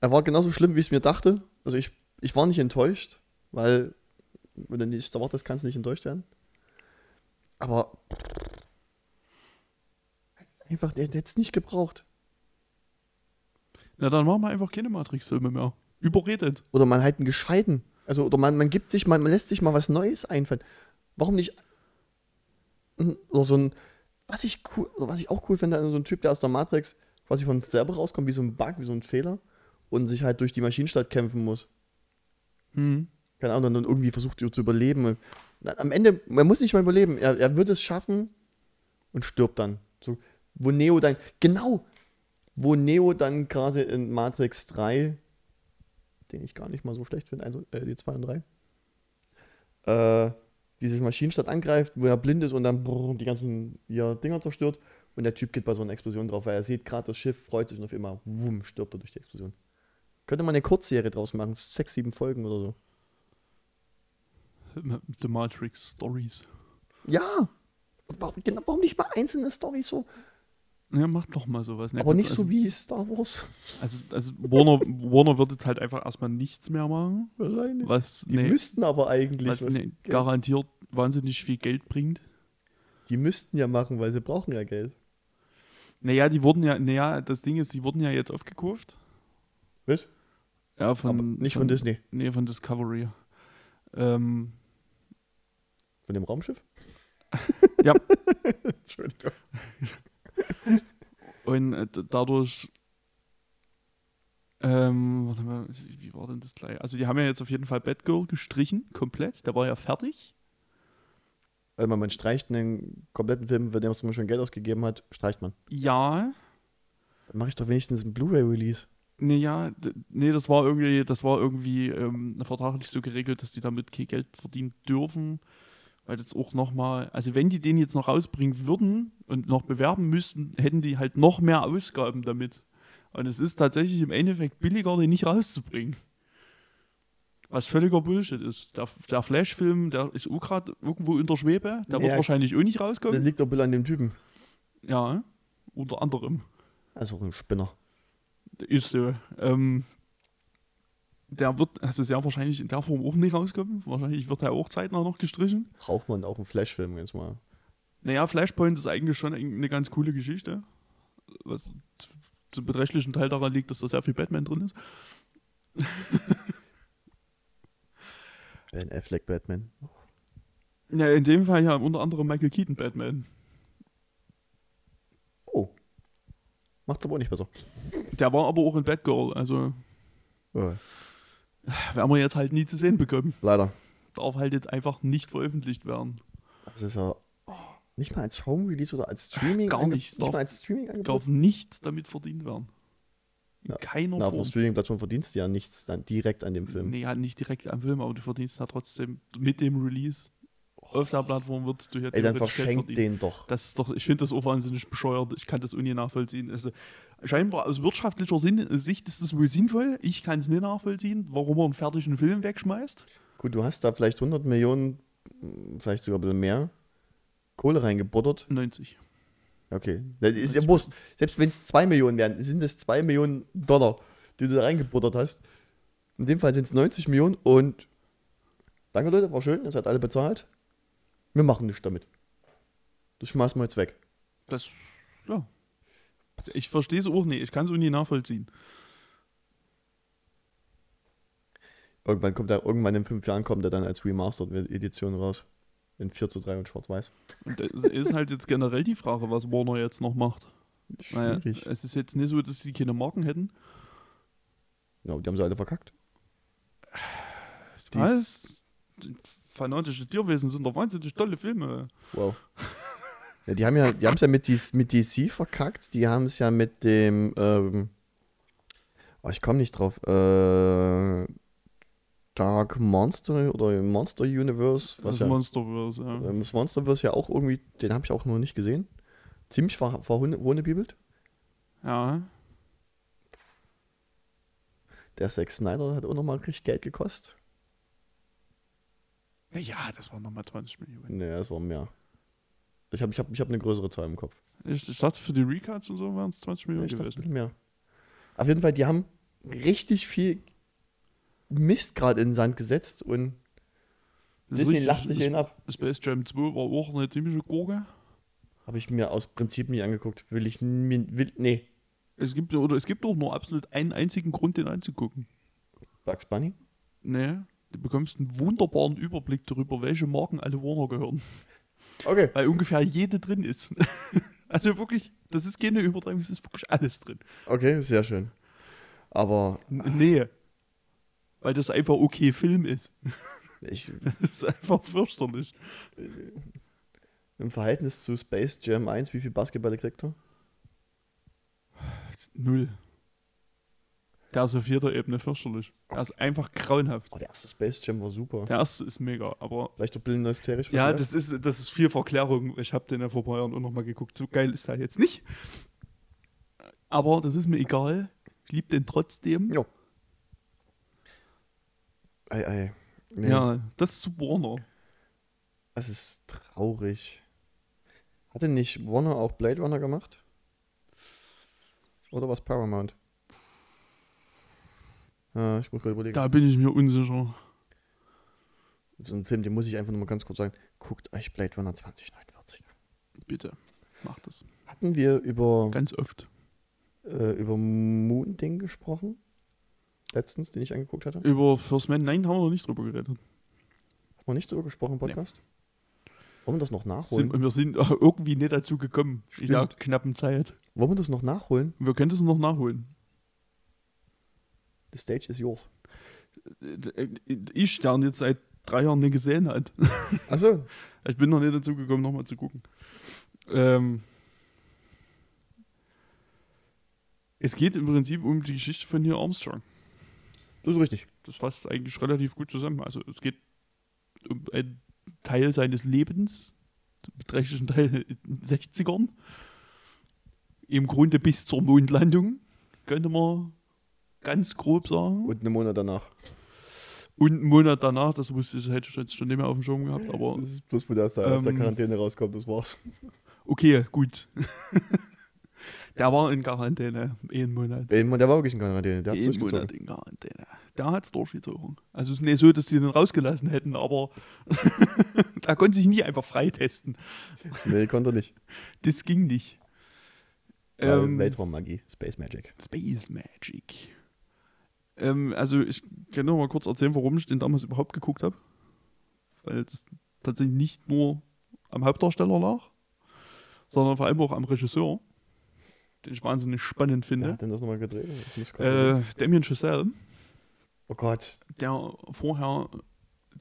S1: Er war genauso schlimm, wie ich es mir dachte. Also ich, ich war nicht enttäuscht, weil. Wenn du nichts erwartest, kannst du nicht enttäuscht werden. Aber. Einfach, der hätte es nicht gebraucht.
S2: Na, dann machen wir einfach keine Matrix-Filme mehr. Überredet.
S1: Oder man halt einen gescheiten. Also, oder man, man gibt sich, man, man lässt sich mal was Neues einfallen. Warum nicht? n- Oder so ein, was ich cool, oder was ich auch cool finde, so ein Typ, der aus der Matrix quasi von selber rauskommt, wie so ein Bug, wie so ein Fehler und sich halt durch die Maschinenstadt kämpfen muss.
S2: Hm.
S1: Keine Ahnung, und dann irgendwie versucht zu überleben. Na, Am Ende, man muss nicht mal überleben. Er, er wird es schaffen und stirbt dann. So, wo Neo dann, genau, wo Neo dann gerade in Matrix 3, den ich gar nicht mal so schlecht finde, eins und- äh, die 2 und 3, äh, diese Maschinenstadt angreift, wo er blind ist und dann brrr, die ganzen ja, Dinger zerstört. Und der Typ geht bei so einer Explosion drauf, weil er sieht gerade das Schiff, freut sich und auf immer, wumm, stirbt er durch die Explosion. Könnte man eine Kurzserie draus machen, sechs, sieben Folgen oder so.
S2: The Matrix Stories.
S1: Ja. Und Warum, genau, warum nicht mal einzelne Storys so?
S2: Ja, mach doch mal sowas. Na
S1: aber
S2: gut,
S1: nicht
S2: also,
S1: so wie Star Wars.
S2: Also, also Warner, Warner wird jetzt halt einfach erstmal nichts mehr machen.
S1: Wahrscheinlich.
S2: Was,
S1: Die
S2: nee,
S1: müssten aber eigentlich.
S2: was, nee, garantiert wahnsinnig viel Geld bringt.
S1: die müssten ja machen, weil sie brauchen ja Geld.
S2: Naja, die wurden ja, naja, das Ding ist, die wurden ja jetzt aufgekauft.
S1: Was?
S2: Ja,
S1: Aber
S2: von.
S1: nicht von, Disney.
S2: Nee, von Discovery. Ähm,
S1: Von dem Raumschiff?
S2: Ja.
S1: Entschuldigung.
S2: und äh, d- dadurch. Ähm, warte mal, wie war denn das gleich? Also, die haben ja jetzt auf jeden Fall Batgirl gestrichen, komplett. Der war ja fertig.
S1: Also man, man streicht einen kompletten Film, für den was man schon Geld ausgegeben hat, streicht man.
S2: Ja,
S1: Dann mache ich doch wenigstens einen Blu-ray-Release.
S2: nee, ja, d- nee, das war irgendwie, das war irgendwie ähm, vertraglich so geregelt, dass die damit kein Geld verdienen dürfen. Weil jetzt auch nochmal, also wenn die den jetzt noch rausbringen würden und noch bewerben müssten, hätten die halt noch mehr Ausgaben damit. Und es ist tatsächlich im Endeffekt billiger, den nicht rauszubringen. Was völliger Bullshit ist. Der, der Flash-Film, der ist auch gerade irgendwo in der Schwebe, der wird
S1: Ja.
S2: wahrscheinlich auch nicht
S1: Das
S2: rauskommen.
S1: liegt doch bitte an dem Typen.
S2: Ja, unter anderem.
S1: Also auch ein Spinner.
S2: Ist so. Ähm, der wird also sehr wahrscheinlich in der Form auch nicht rauskommen. Wahrscheinlich wird er auch zeitnah noch gestrichen.
S1: Braucht man auch einen Flash-Film jetzt mal.
S2: Naja, Flashpoint ist eigentlich schon eine ganz coole Geschichte. Was zu- zum beträchtlichen Teil daran liegt, dass da sehr viel Batman drin ist.
S1: Ben Affleck Batman.
S2: Ja, in dem Fall ja unter anderem Michael Keaton Batman.
S1: Oh. Macht's aber auch nicht besser.
S2: Der war aber auch in Batgirl, also
S1: Äh,
S2: werden wir jetzt halt nie zu sehen bekommen.
S1: leider.
S2: Darf halt jetzt einfach nicht veröffentlicht werden.
S1: Das ist ja oh, nicht mal als Home-Release oder als Streaming.
S2: Gar
S1: ange-
S2: nicht.
S1: Nicht
S2: Darf-
S1: mal als Streaming angeboten.
S2: Darf nichts damit verdient werden. In
S1: Ja.
S2: keiner
S1: Na, auf einer
S2: Form.
S1: Streaming-Plattform verdienst du ja nichts dann direkt an dem Film.
S2: Nee, ja, nicht direkt am Film, aber du verdienst ja trotzdem mit dem Release auf der Plattform würdest du ja
S1: Ey, dann
S2: theoretisch Geld
S1: verschenkt
S2: verdienen.
S1: den doch.
S2: Das ist doch, ich finde das auch wahnsinnig bescheuert. Ich kann das auch nie nachvollziehen. Also, scheinbar aus wirtschaftlicher Sinn, äh, Sicht ist es wohl sinnvoll. Ich kann es nicht nachvollziehen, warum man einen fertigen Film wegschmeißt.
S1: Gut, du hast da vielleicht 100 Millionen, mh, vielleicht sogar ein bisschen mehr, Kohle reingebuttert.
S2: 90.
S1: Okay. Das ist ja Wurst. Selbst wenn es 2 Millionen wären, sind es 2 Millionen Dollar, die du da reingebuttert hast. In dem Fall sind es 90 Millionen und danke Leute, war schön, ihr seid alle bezahlt. Wir machen nichts damit. Das schmeißen wir jetzt weg.
S2: Das, ja. Ich verstehe es auch nicht. Ich kann es auch nie nachvollziehen.
S1: Irgendwann kommt da, irgendwann in fünf Jahren kommt er dann als Remastered-Edition raus. In 4 zu 3 und schwarz-weiß.
S2: Und das ist halt jetzt generell die Frage, was Warner jetzt noch macht. Naja,
S1: Schwierig.
S2: es ist jetzt nicht so, dass sie keine Marken hätten.
S1: Ja, die haben sie alle verkackt. Die-
S2: Was? Die Fanatische Tierwesen sind doch wahnsinnig tolle Filme.
S1: Wow. Ja, die haben ja, die haben es ja mit, dies, mit DC verkackt, die haben es ja mit dem, ähm, oh, ich komme nicht drauf, äh, Dark Monster oder Monster Universe, was
S2: Was
S1: ja,
S2: das Monsterverse, ja.
S1: ähm, das Monsterverse ja auch irgendwie, den habe ich auch noch nicht gesehen. Ziemlich ver verhunebibelt.
S2: Ja,
S1: Der Zack Snyder hat auch nochmal richtig Geld gekostet.
S2: ja das waren nochmal 20 Millionen.
S1: Nee, es war mehr. Ich habe ich hab, ich hab eine größere Zahl im Kopf.
S2: Ich, ich dachte, für die Recuts und so waren es 20 Millionen
S1: Ich dachte, ein
S2: gewesen.
S1: bisschen mehr. Auf jeden Fall, die haben richtig viel Mist gerade in den Sand gesetzt und
S2: Das
S1: Disney
S2: richtig-
S1: lacht sich hin ab.
S2: Space Jam 2 war auch eine ziemliche Gurke.
S1: Habe ich mir aus Prinzip nicht angeguckt. Will ich mir, will, nee.
S2: Es gibt, oder es gibt auch nur absolut einen einzigen Grund, den anzugucken.
S1: Bugs Bunny?
S2: Ne? Du bekommst einen wunderbaren Überblick darüber, welche Marken alle Warner gehören.
S1: Okay.
S2: Weil ungefähr jede drin ist. also wirklich, das ist keine Übertreibung, es ist wirklich alles drin.
S1: Okay, sehr schön. Aber
S2: N nee. Weil das einfach okay Film ist.
S1: ich,
S2: Das ist einfach fürchterlich.
S1: im Verhältnis zu Space Jam 1, wie viel Basketball kriegt oh, er?
S2: Null. Der ist auf jeder Ebene fürchterlich. Der ist einfach grauenhaft.
S1: Oh, der erste Space Jam war super.
S2: Der erste ist mega, aber.
S1: Vielleicht doch ein bisschen hysterisch.
S2: Ja,
S1: verklärt.
S2: das ist, das ist viel Verklärung. Ich habe den ja vor ein paar Jahren auch nochmal geguckt. So geil ist er jetzt nicht. Aber das ist mir egal. Ich liebe den trotzdem.
S1: Ja. Ei, ei. Nee.
S2: Ja, das ist zu Warner.
S1: Es ist traurig. Hatte nicht Warner auch Blade Runner gemacht? Oder was Paramount? Äh, ich muss gerade überlegen.
S2: Da bin ich mir unsicher.
S1: Das ist ein Film, den muss ich einfach nur mal ganz kurz sagen. Guckt euch Blade Runner 2049 an.
S2: Bitte, mach das.
S1: Hatten wir über,
S2: Ganz oft.
S1: äh, über Moon Ding gesprochen? Letztens, den ich angeguckt hatte?
S2: Über First Man, nein, haben wir noch nicht drüber geredet.
S1: Haben wir nicht darüber gesprochen im
S2: Nee.
S1: Podcast? Wollen wir das noch nachholen?
S2: Sind, wir sind irgendwie nicht dazu gekommen. In der
S1: Stimmt.
S2: knappen Zeit.
S1: Wollen wir das noch nachholen?
S2: Wir könnten es noch nachholen.
S1: The stage is yours.
S2: Ich Stern jetzt seit drei Jahren nicht gesehen hat.
S1: Achso.
S2: Ich bin noch nicht dazu gekommen, nochmal zu gucken. Ähm, es geht im Prinzip um die Geschichte von Neil Armstrong.
S1: Das ist richtig.
S2: Das fasst eigentlich relativ gut zusammen. Also es geht um einen Teil seines Lebens, einen beträchtlichen Teil in den 60ern. Im Grunde bis zur Mondlandung, könnte man ganz grob sagen.
S1: Und einen Monat danach.
S2: Und einen Monat danach, das wusste ich, hätte ich jetzt schon nicht mehr auf dem Schirm gehabt, aber
S1: Das ist bloß, wo der aus der, aus der
S2: Ähm.
S1: Quarantäne rauskommt, das war's.
S2: okay, gut. der war in Quarantäne, eh einen Monat.
S1: Ey, Mann, der war wirklich in Quarantäne. Der hat's
S2: Jeden
S1: durchgezogen.
S2: Monat in Quarantäne. Der hat's durchgezogen. Also es ist nicht so, dass die den rausgelassen hätten, aber da konnte sich nie einfach freitesten.
S1: Nee, konnte er nicht.
S2: Das ging nicht.
S1: Weil
S2: Ähm,
S1: Weltraummagie, Space Magic.
S2: Space Magic. Ähm, also ich kann noch mal kurz erzählen, warum ich den damals überhaupt geguckt habe. Weil es tatsächlich nicht nur am Hauptdarsteller lag, sondern vor allem auch am Regisseur, den ich wahnsinnig spannend
S1: Wer
S2: finde.
S1: hat denn das nochmal gedreht? Ich muss grad-
S2: ne? äh, Damien Chazelle,
S1: oh Gott.
S2: der vorher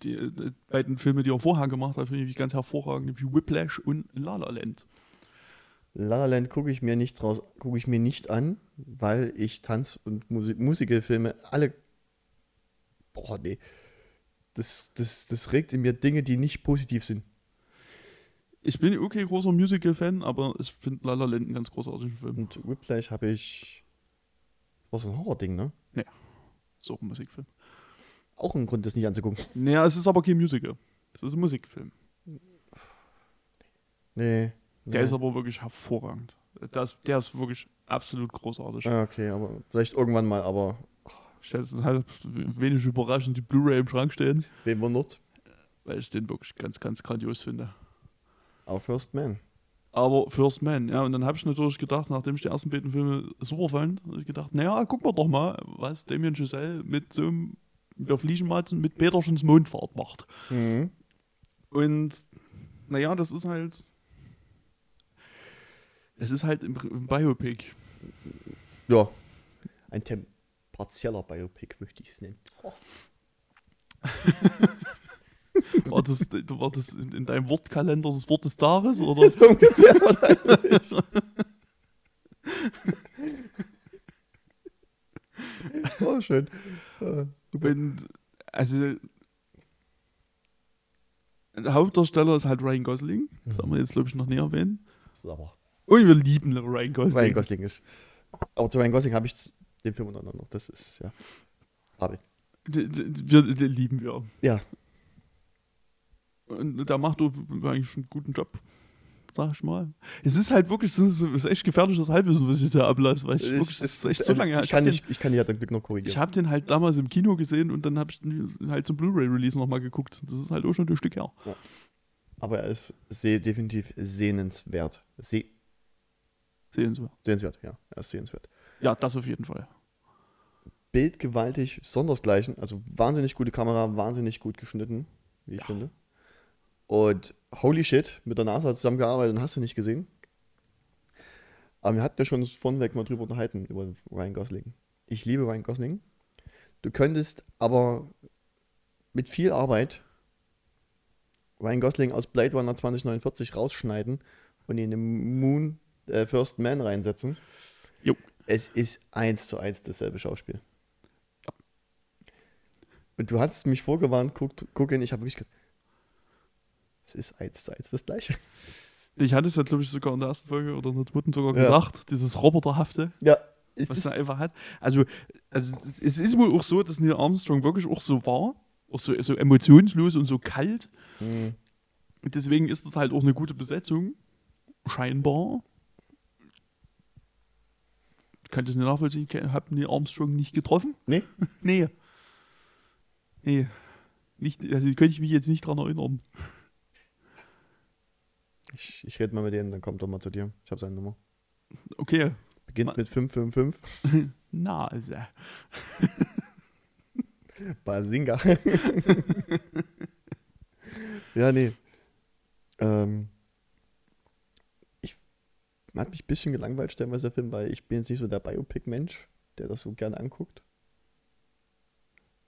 S2: die, die beiden Filme, die er vorher gemacht hat, finde ich ganz hervorragend, wie Whiplash und La La Land.
S1: La La Land gucke ich mir nicht raus, gucke ich mir nicht an, weil ich Tanz- und Musik Musicalfilme alle. Boah, nee. Das, das, das regt in mir Dinge, die nicht positiv sind.
S2: Ich bin okay großer Musical-Fan, aber ich finde La La Land einen ganz großartigen Film.
S1: Und Whiplash habe ich. Das war so ein Horror-Ding, ne?
S2: So ein Musikfilm.
S1: Auch ein Grund, das nicht anzugucken.
S2: Naja, es ist aber kein Musical. Es ist ein Musikfilm.
S1: Nee.
S2: Der
S1: nee.
S2: ist aber wirklich hervorragend. Das, der ist wirklich absolut großartig.
S1: Ah, okay, aber vielleicht irgendwann mal, aber.
S2: Ich hätte es halt wenig überraschend die Blu-ray im Schrank stehen,
S1: Wen wundert's?
S2: weil ich den wirklich ganz, ganz grandios finde.
S1: Our First Man.
S2: Aber First Man, ja, und dann habe ich natürlich gedacht, nachdem ich die ersten beiden Filme super fand, habe ich gedacht, naja, gucken wir doch mal, was Damien Giselle mit so einem, wir fliegen mal zu- mit Peterschens Mondfahrt macht.
S1: Mhm.
S2: Und naja, das ist halt, es ist halt im, im Biopic.
S1: Ja. Ein tem partieller Biopic möchte ich es nennen.
S2: War das, war das in, in deinem Wortkalender das Wort des Tages? Oder?
S1: So ungefähr. oh, schön. Äh,
S2: Und, also, der Hauptdarsteller ist halt Ryan Gosling. Das haben wir jetzt, glaube ich, noch nie erwähnt.
S1: Das ist aber.
S2: Und wir lieben Ryan Gosling.
S1: Ryan Gosling ist. Aber zu Ryan Gosling habe ich z- den Film unter noch. Das ist, ja. Habe ich.
S2: D- d- Wir den lieben wir.
S1: Ja.
S2: Und da macht er eigentlich einen guten Job. Sag ich mal. Es ist halt wirklich, es ist echt gefährliches Halbwissen, was ich da ablasse, weil ich wirklich, das ist echt so lange her.
S1: also Ich
S2: hab
S1: kann,
S2: den-
S1: nicht, ich kann die ja dann Glück noch
S2: Ich
S1: korrigieren.
S2: habe den halt damals im Kino gesehen und dann habe ich den halt zum Blu-ray-Release nochmal geguckt. Das ist halt auch schon ein Stück her.
S1: Aber er ist sehr, definitiv sehnenswert. Se
S2: Sehen Sie.
S1: sehenswert, ja. Er ist sehenswert.
S2: Ja, das auf jeden Fall.
S1: bildgewaltig sondersgleichen. Also wahnsinnig gute Kamera, wahnsinnig gut geschnitten, wie ich finde. Und holy shit, mit der NASA zusammengearbeitet und hast du nicht gesehen. Aber wir hatten ja schon uns vornweg mal drüber unterhalten, über Ryan Gosling. Ich liebe Ryan Gosling. Du könntest aber mit viel Arbeit Ryan Gosling aus Blade Runner 2049 rausschneiden und ihn in Moon äh, First Man reinsetzen.
S2: Jo.
S1: Es ist eins zu eins dasselbe Schauspiel. Und du hast mich vorgewarnt, guck, guck hin, ich habe wirklich gedacht, es ist eins zu eins das gleiche.
S2: Ich hatte es ja, glaube ich, sogar in der ersten Folge oder in der zweiten sogar
S1: Ja.
S2: gesagt, dieses Roboterhafte,
S1: Ja, es
S2: was
S1: ist,
S2: er einfach hat. Also, also es ist wohl auch so, dass Neil Armstrong wirklich auch so war, auch so, so emotionslos und so kalt.
S1: Hm,
S2: Und deswegen ist das halt auch eine gute Besetzung. Scheinbar. Ich kann das nicht nachvollziehen, ich habe Neil Armstrong nicht getroffen.
S1: nee,
S2: Nee. Nee. Nicht, also könnte ich mich jetzt nicht dran erinnern.
S1: ich, ich rede mal mit denen, dann kommt er mal zu dir. Ich habe seine Nummer.
S2: Okay. also.
S1: Beginnt
S2: Ma-
S1: mit 555.
S2: Nase.
S1: Basinga. ja, nee. Ähm, ich hat mich ein bisschen gelangweilt, stellenweise der Film, weil ich bin jetzt nicht so der Biopic-Mensch, der das so gerne anguckt.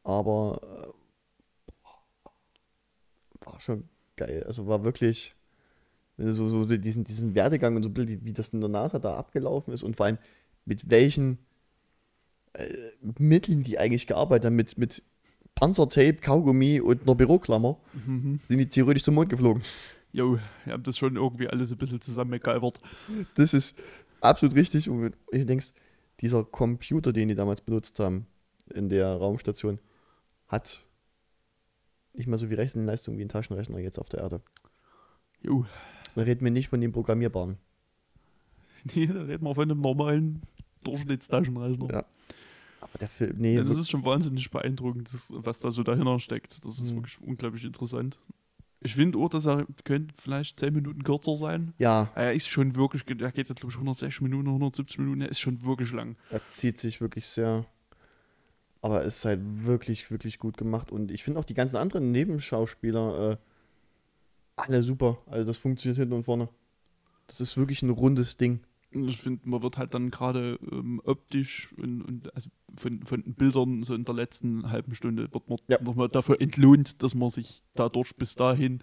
S1: Aber äh, war schon geil. Also war wirklich wenn du so, so diesen, diesen Werdegang und so ein bisschen, wie das in der NASA da abgelaufen ist und vor allem mit welchen äh, Mitteln die eigentlich gearbeitet haben, mit, mit Panzertape, Kaugummi und einer Büroklammer, sind die theoretisch zum Mond geflogen.
S2: Jo, ihr habt das schon irgendwie alles ein bisschen zusammengekalbert.
S1: Das ist absolut richtig. Und wenn du denkst, dieser Computer, den die damals benutzt haben in der Raumstation, hat nicht mal so viel Rechenleistung wie ein Taschenrechner jetzt auf der Erde.
S2: Jo,
S1: Da reden wir nicht von dem Programmierbaren.
S2: nee, da reden wir von einem normalen Durchschnittstaschenrechner.
S1: Ja. Aber der Film, nee,
S2: Ja, das
S1: wirklich-
S2: ist schon wahnsinnig beeindruckend, das, was da so dahinter steckt. Das ist wirklich unglaublich interessant. Ich finde auch, dass er könnte vielleicht 10 Minuten kürzer sein.
S1: ja,
S2: Er ist schon wirklich, er geht jetzt glaube ich 160 Minuten, 170 Minuten, er ist schon wirklich lang.
S1: er zieht sich wirklich sehr. Aber es ist halt wirklich, wirklich gut gemacht. Und ich finde auch die ganzen anderen Nebenschauspieler äh, alle super. Also das funktioniert hinten und vorne. Das ist wirklich ein rundes Ding.
S2: Und Ich finde, man wird halt dann gerade ähm, optisch und, und also von, von den Bildern so in der letzten halben Stunde wird man
S1: Ja.
S2: nochmal dafür entlohnt, dass man sich dadurch bis dahin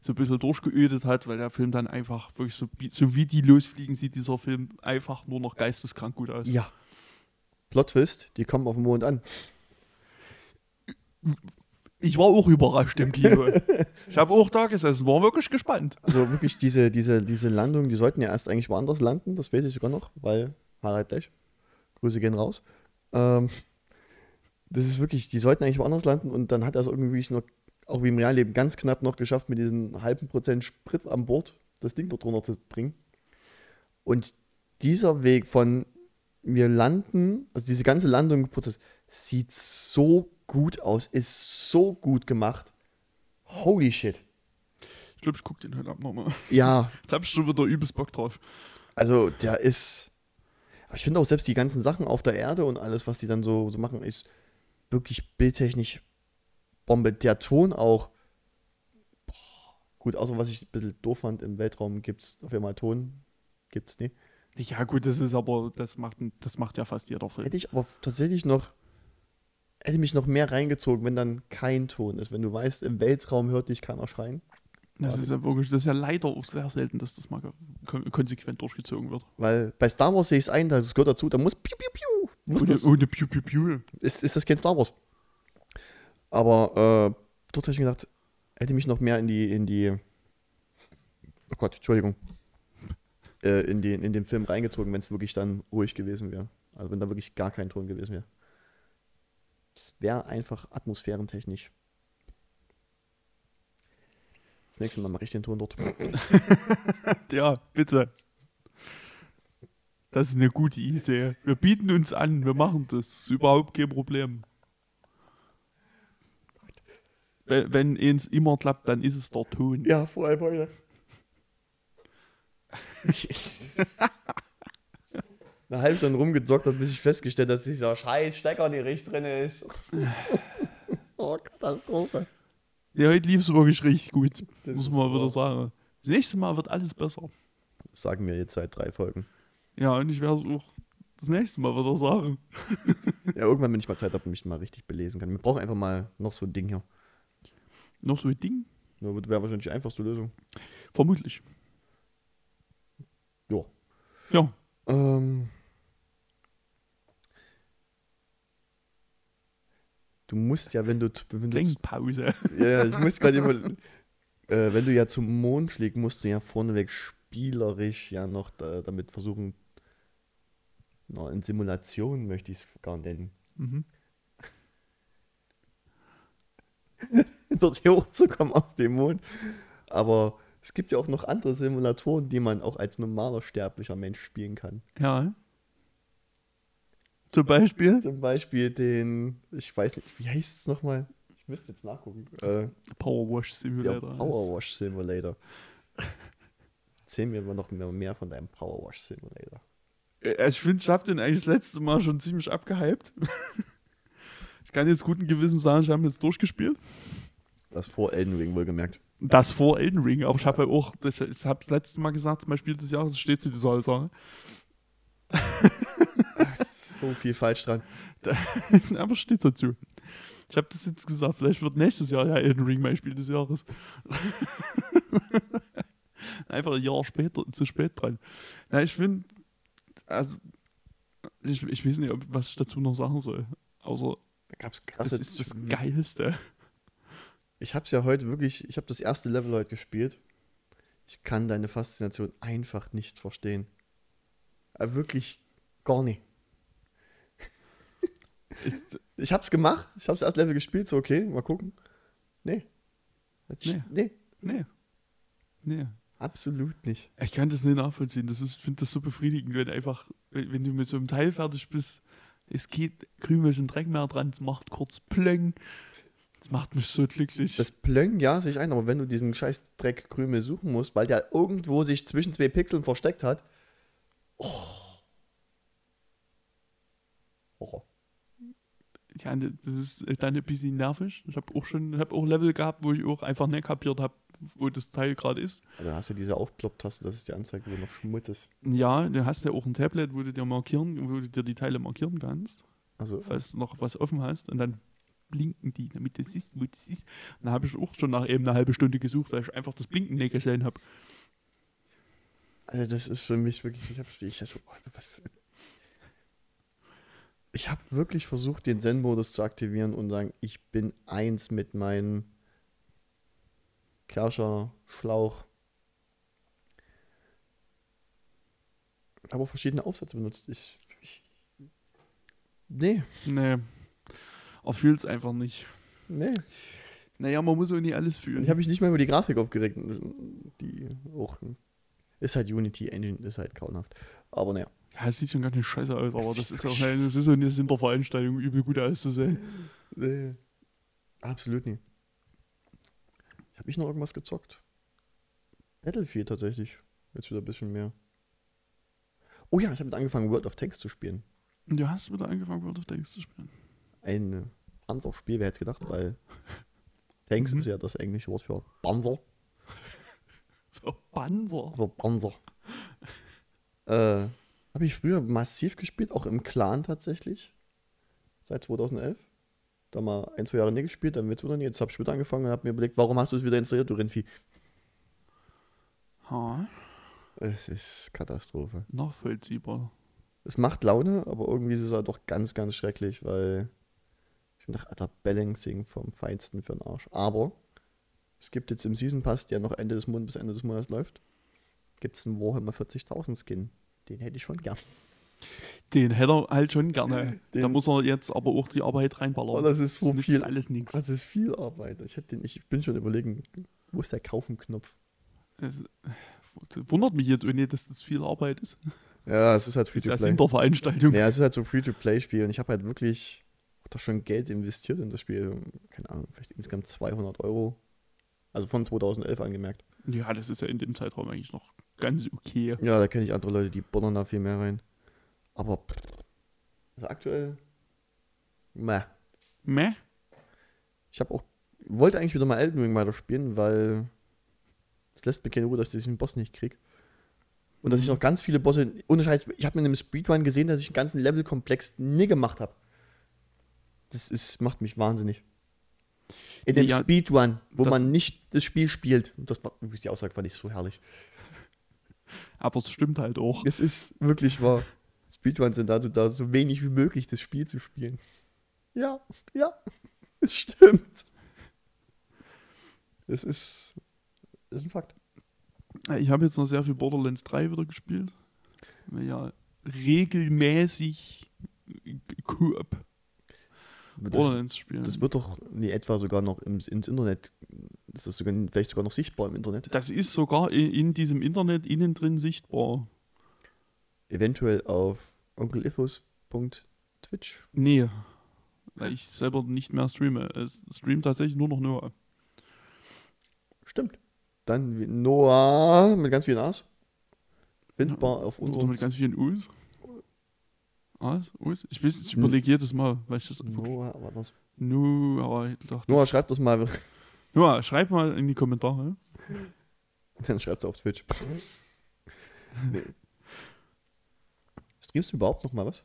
S2: so ein bisschen durchgeödet hat, weil der Film dann einfach wirklich so, bi- so wie die losfliegen, sieht dieser Film einfach nur noch geisteskrank gut aus.
S1: Ja. Plot Twist, die kommen auf dem Mond an.
S2: Ich war auch überrascht im Kino. ich habe auch da gesessen, war wirklich gespannt.
S1: Also wirklich diese, diese, diese Landung, die sollten ja erst eigentlich woanders landen, das weiß ich sogar noch, weil Harald Lech, Grüße gehen raus. Ähm, das ist wirklich, die sollten eigentlich woanders landen und dann hat er es irgendwie noch, auch wie im Realleben, ganz knapp noch geschafft, mit diesem halben Prozent Sprit an Bord das Ding dort runter zu bringen. Und dieser Weg von wir landen, also diese ganze Landungsprozess sieht so gut aus, ist so gut gemacht. Holy shit.
S2: Ich glaube, ich gucke den heute Abend nochmal.
S1: Ja,
S2: Jetzt habe ich schon wieder übelst Bock drauf.
S1: Also, der ist. Aber ich finde auch selbst die ganzen Sachen auf der Erde und alles, was die dann so, so machen, ist wirklich bildtechnisch Bombe. Der Ton auch. Boah. Gut, außer was ich ein bisschen doof fand, im Weltraum gibt es auf einmal Ton. Gibt's nie.
S2: Ja, gut, das ist aber, das macht, das macht ja fast jeder Film.
S1: Hätte ich aber tatsächlich noch. Hätte mich noch mehr reingezogen, wenn dann kein Ton ist. Wenn du weißt, im Weltraum hört dich keiner schreien.
S2: Das ist ja wirklich, das ist ja leider auch sehr selten, dass das mal ge- kon konsequent durchgezogen wird.
S1: Weil bei Star Wars sehe ich es ein, das gehört dazu, da muss piu piu piu. Muss
S2: Ohne,
S1: das-
S2: ohne Piu Piu Piu.
S1: ist, ist das kein Star Wars. Aber äh, dort habe ich mir gedacht, hätte mich noch mehr in die, in die. Oh Gott, Entschuldigung. Äh, in, den, in den Film reingezogen, wenn es wirklich dann ruhig gewesen wäre. Also wenn da wirklich gar kein Ton gewesen wäre. Es wäre einfach atmosphärentechnisch. Das nächste Mal mache ich den Ton dort.
S2: Ja, bitte. Das ist eine gute Idee. Wir bieten uns an, wir machen das. Ist überhaupt kein Problem. Wenn, wenn eins immer klappt, dann ist es der Ton.
S1: Ja, vor allem heute. Yes. Eine halbe Stunde rumgedockt habe, bis ich festgestellt dass dieser scheiß Stecker nicht richtig drin ist. oh, Katastrophe.
S2: Ja, heute lief es wirklich richtig gut.
S1: Das
S2: muss
S1: ist
S2: man wieder
S1: wahr.
S2: sagen. Das nächste Mal wird alles besser.
S1: Das sagen wir jetzt seit drei Folgen.
S2: Ja, und ich werde es auch das nächste Mal wieder sagen.
S1: Ja, irgendwann, wenn ich mal Zeit habe und mich mal richtig belesen kann. Wir brauchen einfach mal noch so ein Ding hier.
S2: Noch so ein Ding?
S1: Nur wäre wahrscheinlich die einfachste Lösung.
S2: Vermutlich.
S1: Ja.
S2: Ja.
S1: Ähm, du musst ja, wenn du, wenn du
S2: Denkpause.
S1: Ja, ja, ich muss gerade immer. Äh, wenn du ja zum Mond fliegst, musst du ja vorneweg spielerisch ja noch da, damit versuchen, na, in Simulation möchte ich es gar nennen,
S2: Mhm.
S1: dort hier hochzukommen auf dem Mond. Aber es gibt ja auch noch andere Simulatoren, die man auch als normaler sterblicher Mensch spielen kann.
S2: Ja. Zum Beispiel
S1: Zum Beispiel den, ich weiß nicht, wie heißt es nochmal? Ich müsste jetzt nachgucken. Äh,
S2: Powerwash
S1: der
S2: Simulator.
S1: Powerwash Simulator. Erzähl mir mal noch mehr, mehr von deinem Powerwash Simulator.
S2: Äh, Also ich finde, ich habe den eigentlich das letzte Mal schon ziemlich abgehypt. ich kann jetzt guten Gewissen sagen, ich habe jetzt durchgespielt.
S1: Das vor Elden Ring wohlgemerkt.
S2: Das vor Elden Ring, aber ich habe ja auch, das, ich habe das letzte Mal gesagt, mein Spiel des Jahres steht zu dieser Sache.
S1: So viel falsch dran.
S2: aber steht dazu. Ich habe das jetzt gesagt, vielleicht wird nächstes Jahr ja Elden Ring mein Spiel des Jahres. Einfach ein Jahr später, zu spät dran. Na, ich finde, also, ich, ich weiß nicht, ob, was ich dazu noch sagen soll. Außer,
S1: Da gab's
S2: das
S1: krasse
S2: ist das
S1: Typen.
S2: Geilste.
S1: Ich hab's ja heute wirklich, ich habe das erste Level heute gespielt. Ich kann deine Faszination einfach nicht verstehen. Aber wirklich gar nicht.
S2: Ich,
S1: Ich hab's gemacht, ich hab's erst Level gespielt, so okay, mal gucken. Nee.
S2: Nee.
S1: Nee. nee,
S2: nee. Nee.
S1: absolut nicht.
S2: Ich kann das nicht nachvollziehen. Das ist, finde das so befriedigend, wenn einfach, wenn, wenn du mit so einem Teil fertig bist, es geht krümelchen Dreck mehr dran, es macht kurz Plöng. Das macht mich so glücklich.
S1: Das Plöng, ja, sehe ich ein, aber wenn du diesen scheiß Dreck Krümel suchen musst, weil der irgendwo sich zwischen zwei Pixeln versteckt hat. Oh.
S2: ja, das ist äh, dann ein bisschen nervig. Ich habe auch schon, habe auch Level gehabt, wo ich auch einfach nicht kapiert habe, wo das Teil gerade ist.
S1: Oh. Da hast du diese Aufplopp-Taste, das ist die Anzeige, wo noch Schmutz ist.
S2: Ja, du hast ja auch ein Tablet, wo du dir markieren, wo du dir die Teile markieren kannst,
S1: Also,
S2: falls du noch was offen hast und dann blinken die, damit du siehst, wo das ist. Und da habe ich auch schon nach eben eine halbe Stunde gesucht, weil ich einfach das Blinken nicht gesehen habe.
S1: also das ist für mich wirklich, ich habe ich hab so, oh, was für, Ich habe wirklich versucht, den Zen-Modus zu aktivieren und sagen, ich bin eins mit meinem Kerscher, Schlauch. Aber verschiedene Aufsätze benutzt. Ich, ich, nee,
S2: Nee. Er fühlt es einfach nicht.
S1: nee.
S2: Naja, man muss auch nie alles fühlen.
S1: Und ich habe mich nicht mal über die Grafik aufgeregt. Die auch. Ist halt Unity Engine, ist halt grauenhaft. Aber naja.
S2: ja, es sieht schon ganz schön scheiße aus, aber
S1: Es
S2: das
S1: sieht
S2: ist auch
S1: wirklich
S2: nein, das ist so eine Sinterveranstaltung, übel gut auszusehen.
S1: Nee. Absolut nie. Habe ich noch irgendwas gezockt? Battlefield tatsächlich. Jetzt wieder ein bisschen mehr. Oh ja, ich habe angefangen, World of Tanks zu spielen.
S2: Und du hast wieder angefangen, World of Tanks zu spielen.
S1: Ein Panzerspiel, wer hätte es gedacht, weil Tanks
S2: Mhm.
S1: ist ja das englische Wort für Panzer.
S2: Für Panzer.
S1: Oder Panzer. äh, habe ich früher massiv gespielt, auch im Clan tatsächlich. Seit 2011. Da mal ein, zwei Jahre nie gespielt, dann wird's wieder nie. Jetzt habe ich wieder angefangen und habe mir überlegt, warum hast du es wieder installiert, du Rindvieh?
S2: Ha,
S1: Es ist Katastrophe.
S2: nachvollziehbar.
S1: Es macht Laune, aber irgendwie ist es halt doch ganz, ganz schrecklich, weil ich mir dachte, Alter, Balancing vom Feinsten für den Arsch. Aber es gibt jetzt im Season Pass, der noch Ende des Monats bis Ende des Monats läuft, gibt es einen Warhammer 40.000 Skin. Den hätte ich schon gern.
S2: Den hätte er halt schon gerne.
S1: Den-
S2: da muss er jetzt aber auch die Arbeit reinballern.
S1: Oh, das ist so
S2: nützt
S1: viel.
S2: alles nichts.
S1: Das ist viel Arbeit. Ich, hätte den, ich bin schon überlegen, wo ist der Kaufen-Knopf?
S2: Es äh, wundert mich jetzt auch nicht, dass das viel Arbeit ist.
S1: Ja, es ist halt
S2: Das ist ja
S1: Free-to-Play.
S2: Sinterveranstaltung.
S1: Ja, es ist halt so ein Free-to-Play-Spiel und ich habe halt wirklich auch da schon Geld investiert in das Spiel. Keine Ahnung, vielleicht insgesamt 200 Euro. Also von 2011 angemerkt.
S2: Ja, das ist ja in dem Zeitraum eigentlich noch ganz okay.
S1: Ja, da kenne ich andere Leute, die bonnern da viel mehr rein. Aber pff, also aktuell, meh.
S2: Meh.
S1: Ich habe auch, wollte eigentlich wieder mal Elden Ring weiterspielen, weil es lässt mir keine Ruhe, dass ich diesen Boss nicht krieg. Und dass ich noch ganz viele Bosse, ohne Scheiß, ich habe mir in einem Speedrun gesehen, dass ich einen ganzen Levelkomplex nie gemacht habe. Das ist, macht mich wahnsinnig. In dem
S2: Ja,
S1: Speedrun, wo
S2: das-
S1: man nicht das Spiel spielt. Und das war übrigens die Aussage, fand ich so herrlich.
S2: Aber es stimmt halt auch.
S1: Es ist wirklich wahr. Speedruns sind dazu da, so wenig wie möglich das Spiel zu spielen. Ja, ja, es stimmt. Es ist, ist ein Fakt.
S2: Äh, Ich habe jetzt noch sehr viel Borderlands 3 wieder gespielt. Weil Ja, regelmäßig Coop
S1: Das,
S2: Borderlands spielen. Das,
S1: das wird doch nee, etwa sogar noch im, ins Internet, ist das sogar, vielleicht sogar noch sichtbar im Internet.
S2: ist sogar in, in diesem Internet innen drin sichtbar.
S1: Eventuell auf onkelifos.twitch.
S2: Nee, weil ich selber nicht mehr streame. Es streamt tatsächlich nur noch Noah.
S1: Stimmt. Dann wie Noah mit ganz vielen A's. Findbar auf
S2: Oder mit
S1: unserem
S2: ganz vielen U's. Was? U's? Ich weiß, ich überlege jedes Mal, weil ich das einfach...
S1: Noah, warte mal.
S2: Noah, aber ich dachte...
S1: Noah, schreib das mal.
S2: Noah, schreib mal in die Kommentare.
S1: Dann schreibst du auf Twitch. nee. Streamst du überhaupt noch mal was?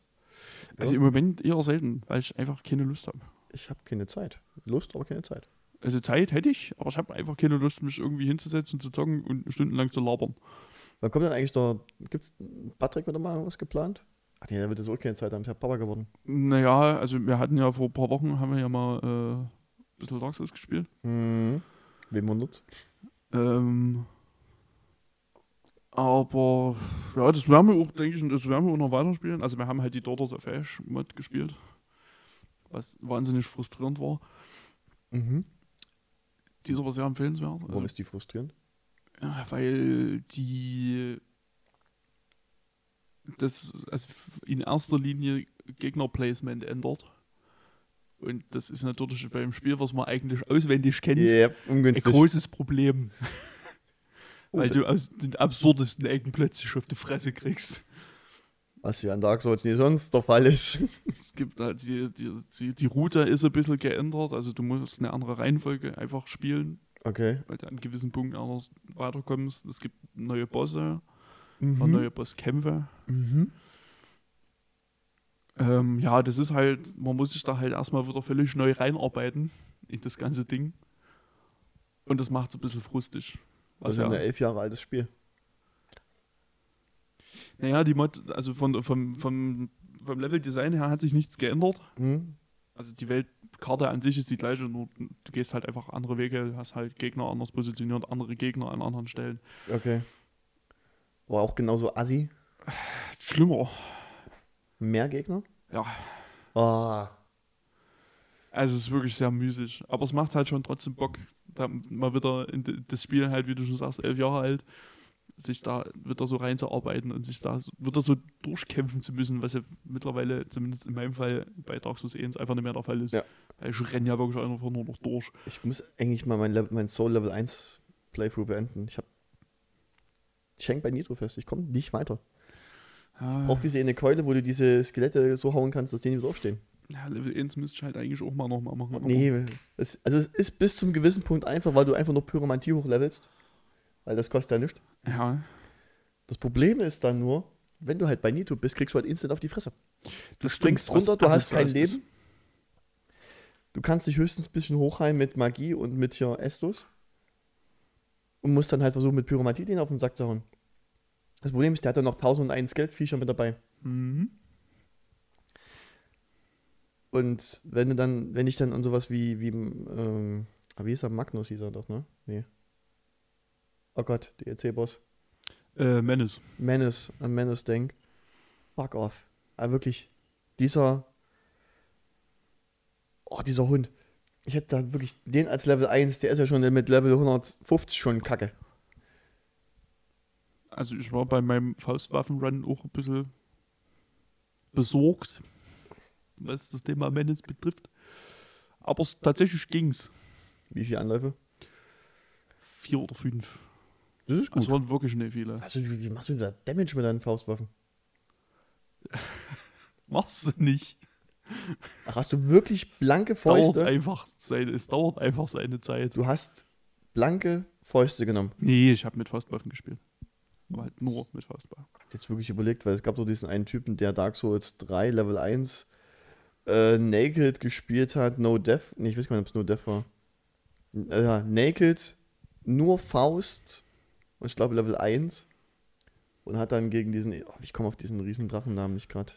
S2: Also
S1: Ja.
S2: im Moment eher selten, weil ich einfach keine Lust habe.
S1: ich habe keine Zeit. Lust, aber keine Zeit.
S2: Also Zeit hätte ich, aber ich habe einfach keine Lust, mich irgendwie hinzusetzen, zu zocken und stundenlang zu labern.
S1: Wann kommt denn eigentlich der. Gibt's Patrick wieder mal was geplant? Ach nee, der wird jetzt auch keine Zeit haben, ist ja Papa geworden.
S2: Naja, also wir hatten ja vor ein paar Wochen, haben wir ja mal äh, ein bisschen Dark Souls gespielt.
S1: Mhm. Wem wundert's?
S2: Ähm, aber ja, das werden wir auch, denke ich, und das werden wir auch noch weiterspielen. Also wir haben halt die Daughters of Ash Mod gespielt, was wahnsinnig frustrierend war.
S1: Mhm.
S2: Die ist aber sehr empfehlenswert.
S1: Warum
S2: Also,
S1: ist die frustrierend?
S2: ja, weil die das also in erster Linie Gegnerplacement ändert. Und das ist natürlich beim Spiel, was man eigentlich auswendig kennt, ein
S1: ungünstig.
S2: großes Problem.
S1: Oh,
S2: weil
S1: da-
S2: du aus den absurdesten Ecken plötzlich auf die Fresse kriegst.
S1: Was ja an Dark Souls nie sonst der Fall ist.
S2: Es gibt halt die, die, die, die Route ist ein bisschen geändert, also du musst eine andere Reihenfolge einfach spielen,
S1: Okay.
S2: weil du an gewissen Punkten anders weiterkommst. Es gibt neue Bosse,
S1: Mhm.
S2: und neue Bosskämpfe.
S1: Mhm.
S2: Ähm, ja, das ist halt, man muss sich da halt erstmal wieder völlig neu reinarbeiten in das ganze Ding. Und das macht es ein bisschen frustig.
S1: Also ein elf Jahre altes Spiel.
S2: Naja, die Mod, also von, vom, vom, vom Level-Design her hat sich nichts geändert.
S1: Mhm.
S2: Also die Weltkarte an sich ist die gleiche, nur du gehst halt einfach andere Wege, hast halt Gegner anders positioniert, andere Gegner an anderen Stellen.
S1: Okay. War auch genauso assi.
S2: Schlimmer.
S1: Mehr Gegner?
S2: Ja,
S1: Ah.
S2: also es ist wirklich sehr müßig. Aber es macht halt schon trotzdem Bock, da mal wieder in d- das Spiel halt, wie du schon sagst, elf Jahre alt, sich da wieder so reinzuarbeiten und sich da so- wieder so durchkämpfen zu müssen, was ja mittlerweile, zumindest in meinem Fall, bei Dark Souls 1 einfach nicht mehr der Fall ist.
S1: Ja.
S2: Weil Ich renne ja wirklich einfach nur noch durch.
S1: Ich muss eigentlich mal mein, Level, mein Soul Level 1 Playthrough beenden. Ich hab. Ich häng bei Nitro fest. Ich komme nicht weiter.
S2: Ja,
S1: Auch diese eine Keule, wo du diese Skelette so hauen kannst, dass die nicht wieder aufstehen.
S2: ja, Level 1 müsste ich halt eigentlich auch mal nochmal machen. aber-
S1: Nee, es, also es ist bis zum gewissen Punkt einfach, weil du einfach nur Pyromantie hochlevelst. Weil das kostet ja nichts.
S2: Ja,
S1: Das Problem ist dann nur, wenn du halt bei Nitro bist, kriegst du halt instant auf die Fresse.
S2: Du
S1: springst runter, du hast kein Leben. Du kannst dich höchstens ein bisschen hochheilen mit Magie und mit hier Estus. Und musst dann halt versuchen, mit Pyromantie den auf den Sack zu hauen. Das Problem ist, der hat dann noch 1001 Geldviecher mit dabei.
S2: Mhm.
S1: Und wenn du dann, wenn ich dann an sowas wie, wie, ähm, ah, wie ist er? Magnus hieß er doch, ne? Nee. Oh Gott, DLC-Boss.
S2: Äh, Menace.
S1: Menace, an Menace denk. Fuck off. Aber wirklich, dieser. Oh, dieser Hund. Ich hätte da wirklich den als Level 1, der ist ja schon mit Level 150 schon kacke.
S2: Also ich war bei meinem Faustwaffenrun auch ein bisschen besorgt, was das Thema Menace betrifft. Aber es, tatsächlich ging's.
S1: Wie viele Anläufe?
S2: Vier oder fünf. Also
S1: Das ist
S2: Es waren wirklich nicht viele.
S1: Also, wie, wie machst du da Damage mit deinen Faustwaffen?
S2: Mach's nicht.
S1: Ach, hast du wirklich blanke
S2: Dauert
S1: Fäuste?
S2: einfach seine, es dauert einfach seine Zeit.
S1: Du hast blanke Fäuste genommen.
S2: Nee, ich habe mit Faustwaffen gespielt. Aber halt nur mit Faustwaffen.
S1: hab jetzt wirklich überlegt, weil es gab so diesen einen Typen, der Dark Souls 3 Level 1 äh, Naked gespielt hat, No Death. Nee, ich weiß gar nicht, ob es No Death war. N- Äh, ja, naked, nur Faust und ich glaube Level 1. Und hat dann gegen diesen, oh, ich komme auf diesen riesen Drachennamen nicht gerade,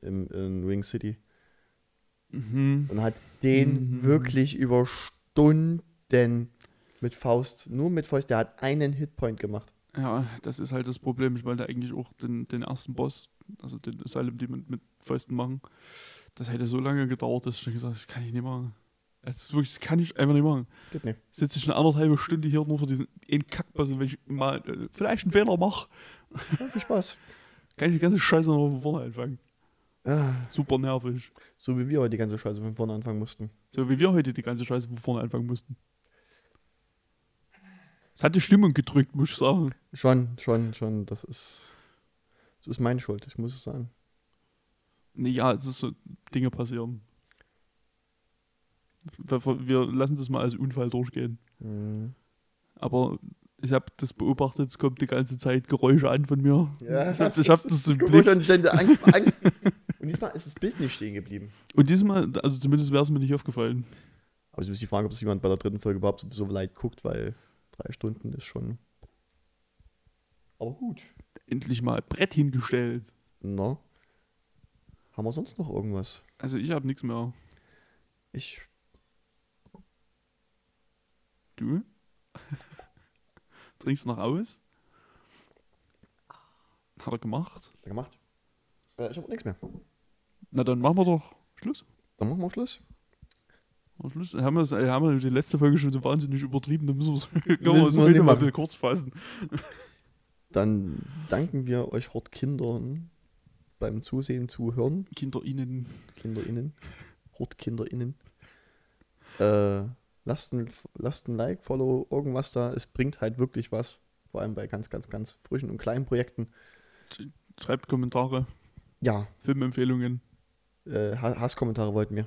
S1: in Ring City.
S2: Mhm.
S1: Und hat den
S2: Mhm.
S1: wirklich über Stunden mit Faust, nur mit Faust, der hat einen Hitpoint gemacht.
S2: Ja, das ist halt das Problem. Ich wollte eigentlich auch den, den ersten Boss, also den Asylum, die mit, mit Fäusten machen. Das hätte so lange gedauert, dass ich dann gesagt habe, das kann ich nicht machen. Das ist wirklich, das kann ich einfach nicht machen.
S1: Geht nicht.
S2: Sitze ich eine anderthalbe Stunde hier nur für diesen einen Kackboss und wenn ich mal äh, vielleicht einen Fehler mache,
S1: Ja, viel Spaß.
S2: kann ich die ganze Scheiße noch von vorne anfangen.
S1: Ah.
S2: Super nervig.
S1: So wie wir heute die ganze Scheiße von vorne anfangen mussten.
S2: So wie wir heute die ganze Scheiße von vorne anfangen mussten. Es hat die Stimmung gedrückt, muss ich sagen.
S1: Schon, schon, schon. Das ist. Das ist meine Schuld, ich muss es sagen.
S2: Nee, ja, es ist so Dinge passieren. Wir, wir lassen das mal als Unfall durchgehen.
S1: Mhm.
S2: Aber ich habe das beobachtet, es kommt die ganze Zeit Geräusche an von mir.
S1: Ja,
S2: ich habe ich hab das im
S1: Ich
S2: Blick.
S1: und ständig Angst, Angst. Und diesmal ist das Bild nicht stehen geblieben.
S2: Und diesmal, also zumindest wäre es mir nicht aufgefallen.
S1: Aber ich muss die fragen, ob es jemand bei der dritten Folge überhaupt so weit guckt, weil drei Stunden ist schon. Aber gut.
S2: Endlich mal Brett hingestellt.
S1: Na? Haben wir sonst noch irgendwas?
S2: Also ich habe nichts mehr.
S1: Ich.
S2: Du? Trinkst noch aus? Hat er gemacht?
S1: Gemacht. Äh, ich habe nichts mehr.
S2: Na dann machen wir doch Schluss.
S1: Dann machen wir Schluss.
S2: Am Schluss haben wir, das, äh, haben wir die letzte Folge schon so wahnsinnig übertrieben, da müssen wir
S1: Müssen wir
S2: es
S1: nicht
S2: mal
S1: machen.
S2: wieder kurz fassen.
S1: Dann danken wir euch Hortkindern beim Zusehen, Zuhören,
S2: Kinder innen.
S1: KinderInnen, HortkinderInnen. Äh, lasst, ein, lasst ein Like, Follow, irgendwas da. Es bringt halt wirklich was. Vor allem bei ganz, ganz, ganz frischen und kleinen Projekten.
S2: Schreibt Kommentare,
S1: Ja,
S2: Filmempfehlungen,
S1: äh, Ha- Hasskommentare wollten wir.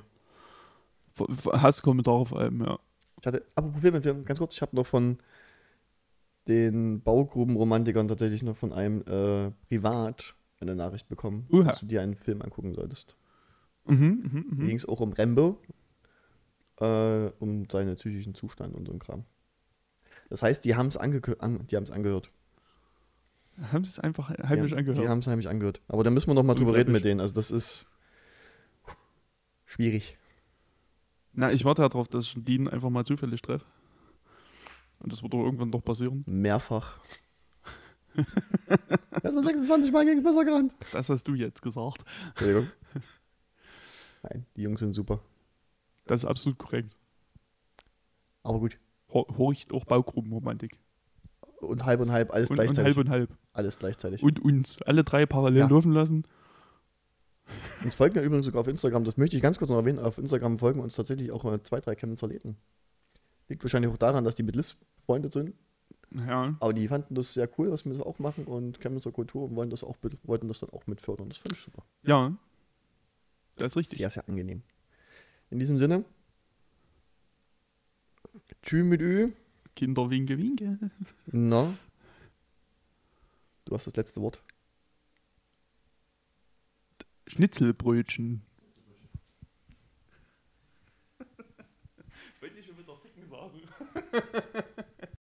S2: F- F- Hasskommentare vor allem, ja.
S1: Ich hatte, aber probieren wir ganz kurz. Ich habe noch von den Baugrubenromantikern tatsächlich noch von einem äh, privat eine Nachricht bekommen,
S2: Uha.
S1: dass du dir einen Film angucken solltest.
S2: Mhm, mhm,
S1: Mir ging es auch um Rambo, äh, um seinen psychischen Zustand und so ein Kram. Das heißt, die haben es angekö- an, die haben's angehört.
S2: mhm. Haben sie es einfach
S1: Die
S2: heimlich
S1: haben-
S2: angehört.
S1: Die haben es heimlich angehört. Aber da müssen wir noch mal drüber reden
S2: Unglaublich.
S1: mit denen. Also das ist schwierig.
S2: Na, ich warte ja darauf, dass ich den einfach mal zufällig treffe. Und das wird doch irgendwann doch passieren.
S1: Mehrfach. Erstmal 26 Mal gegen das Messer gerannt.
S2: Das hast du jetzt gesagt.
S1: Entschuldigung. Nein, die Jungs sind super.
S2: Das ist absolut korrekt.
S1: Aber gut.
S2: Hor- Horcht auch Baugrubenromantik.
S1: Und halb und halb, alles
S2: Und, und
S1: gleichzeitig.
S2: halb und halb.
S1: alles gleichzeitig.
S2: Und uns. Alle drei parallel
S1: Ja.
S2: laufen lassen.
S1: Uns folgen ja übrigens sogar auf Instagram, das möchte ich ganz kurz noch erwähnen. Auf Instagram folgen uns tatsächlich auch äh, zwei, drei Chemnitzer Läden. Liegt wahrscheinlich auch daran, dass die mit Liz befreundet sind.
S2: Ja.
S1: Aber die fanden das sehr cool, dass wir das auch machen und Chemnitzer Kultur und wollen das auch, be- wollten das dann auch mit fördern. Das fand ich super.
S2: Ja. Das ist richtig.
S1: Sehr, sehr angenehm. In diesem Sinne. Tschü mit Ü.
S2: Kinder winke winke.
S1: Na. Du hast das letzte Wort.
S2: Schnitzelbrötchen. Ich wollte nicht schon wieder ficken sagen.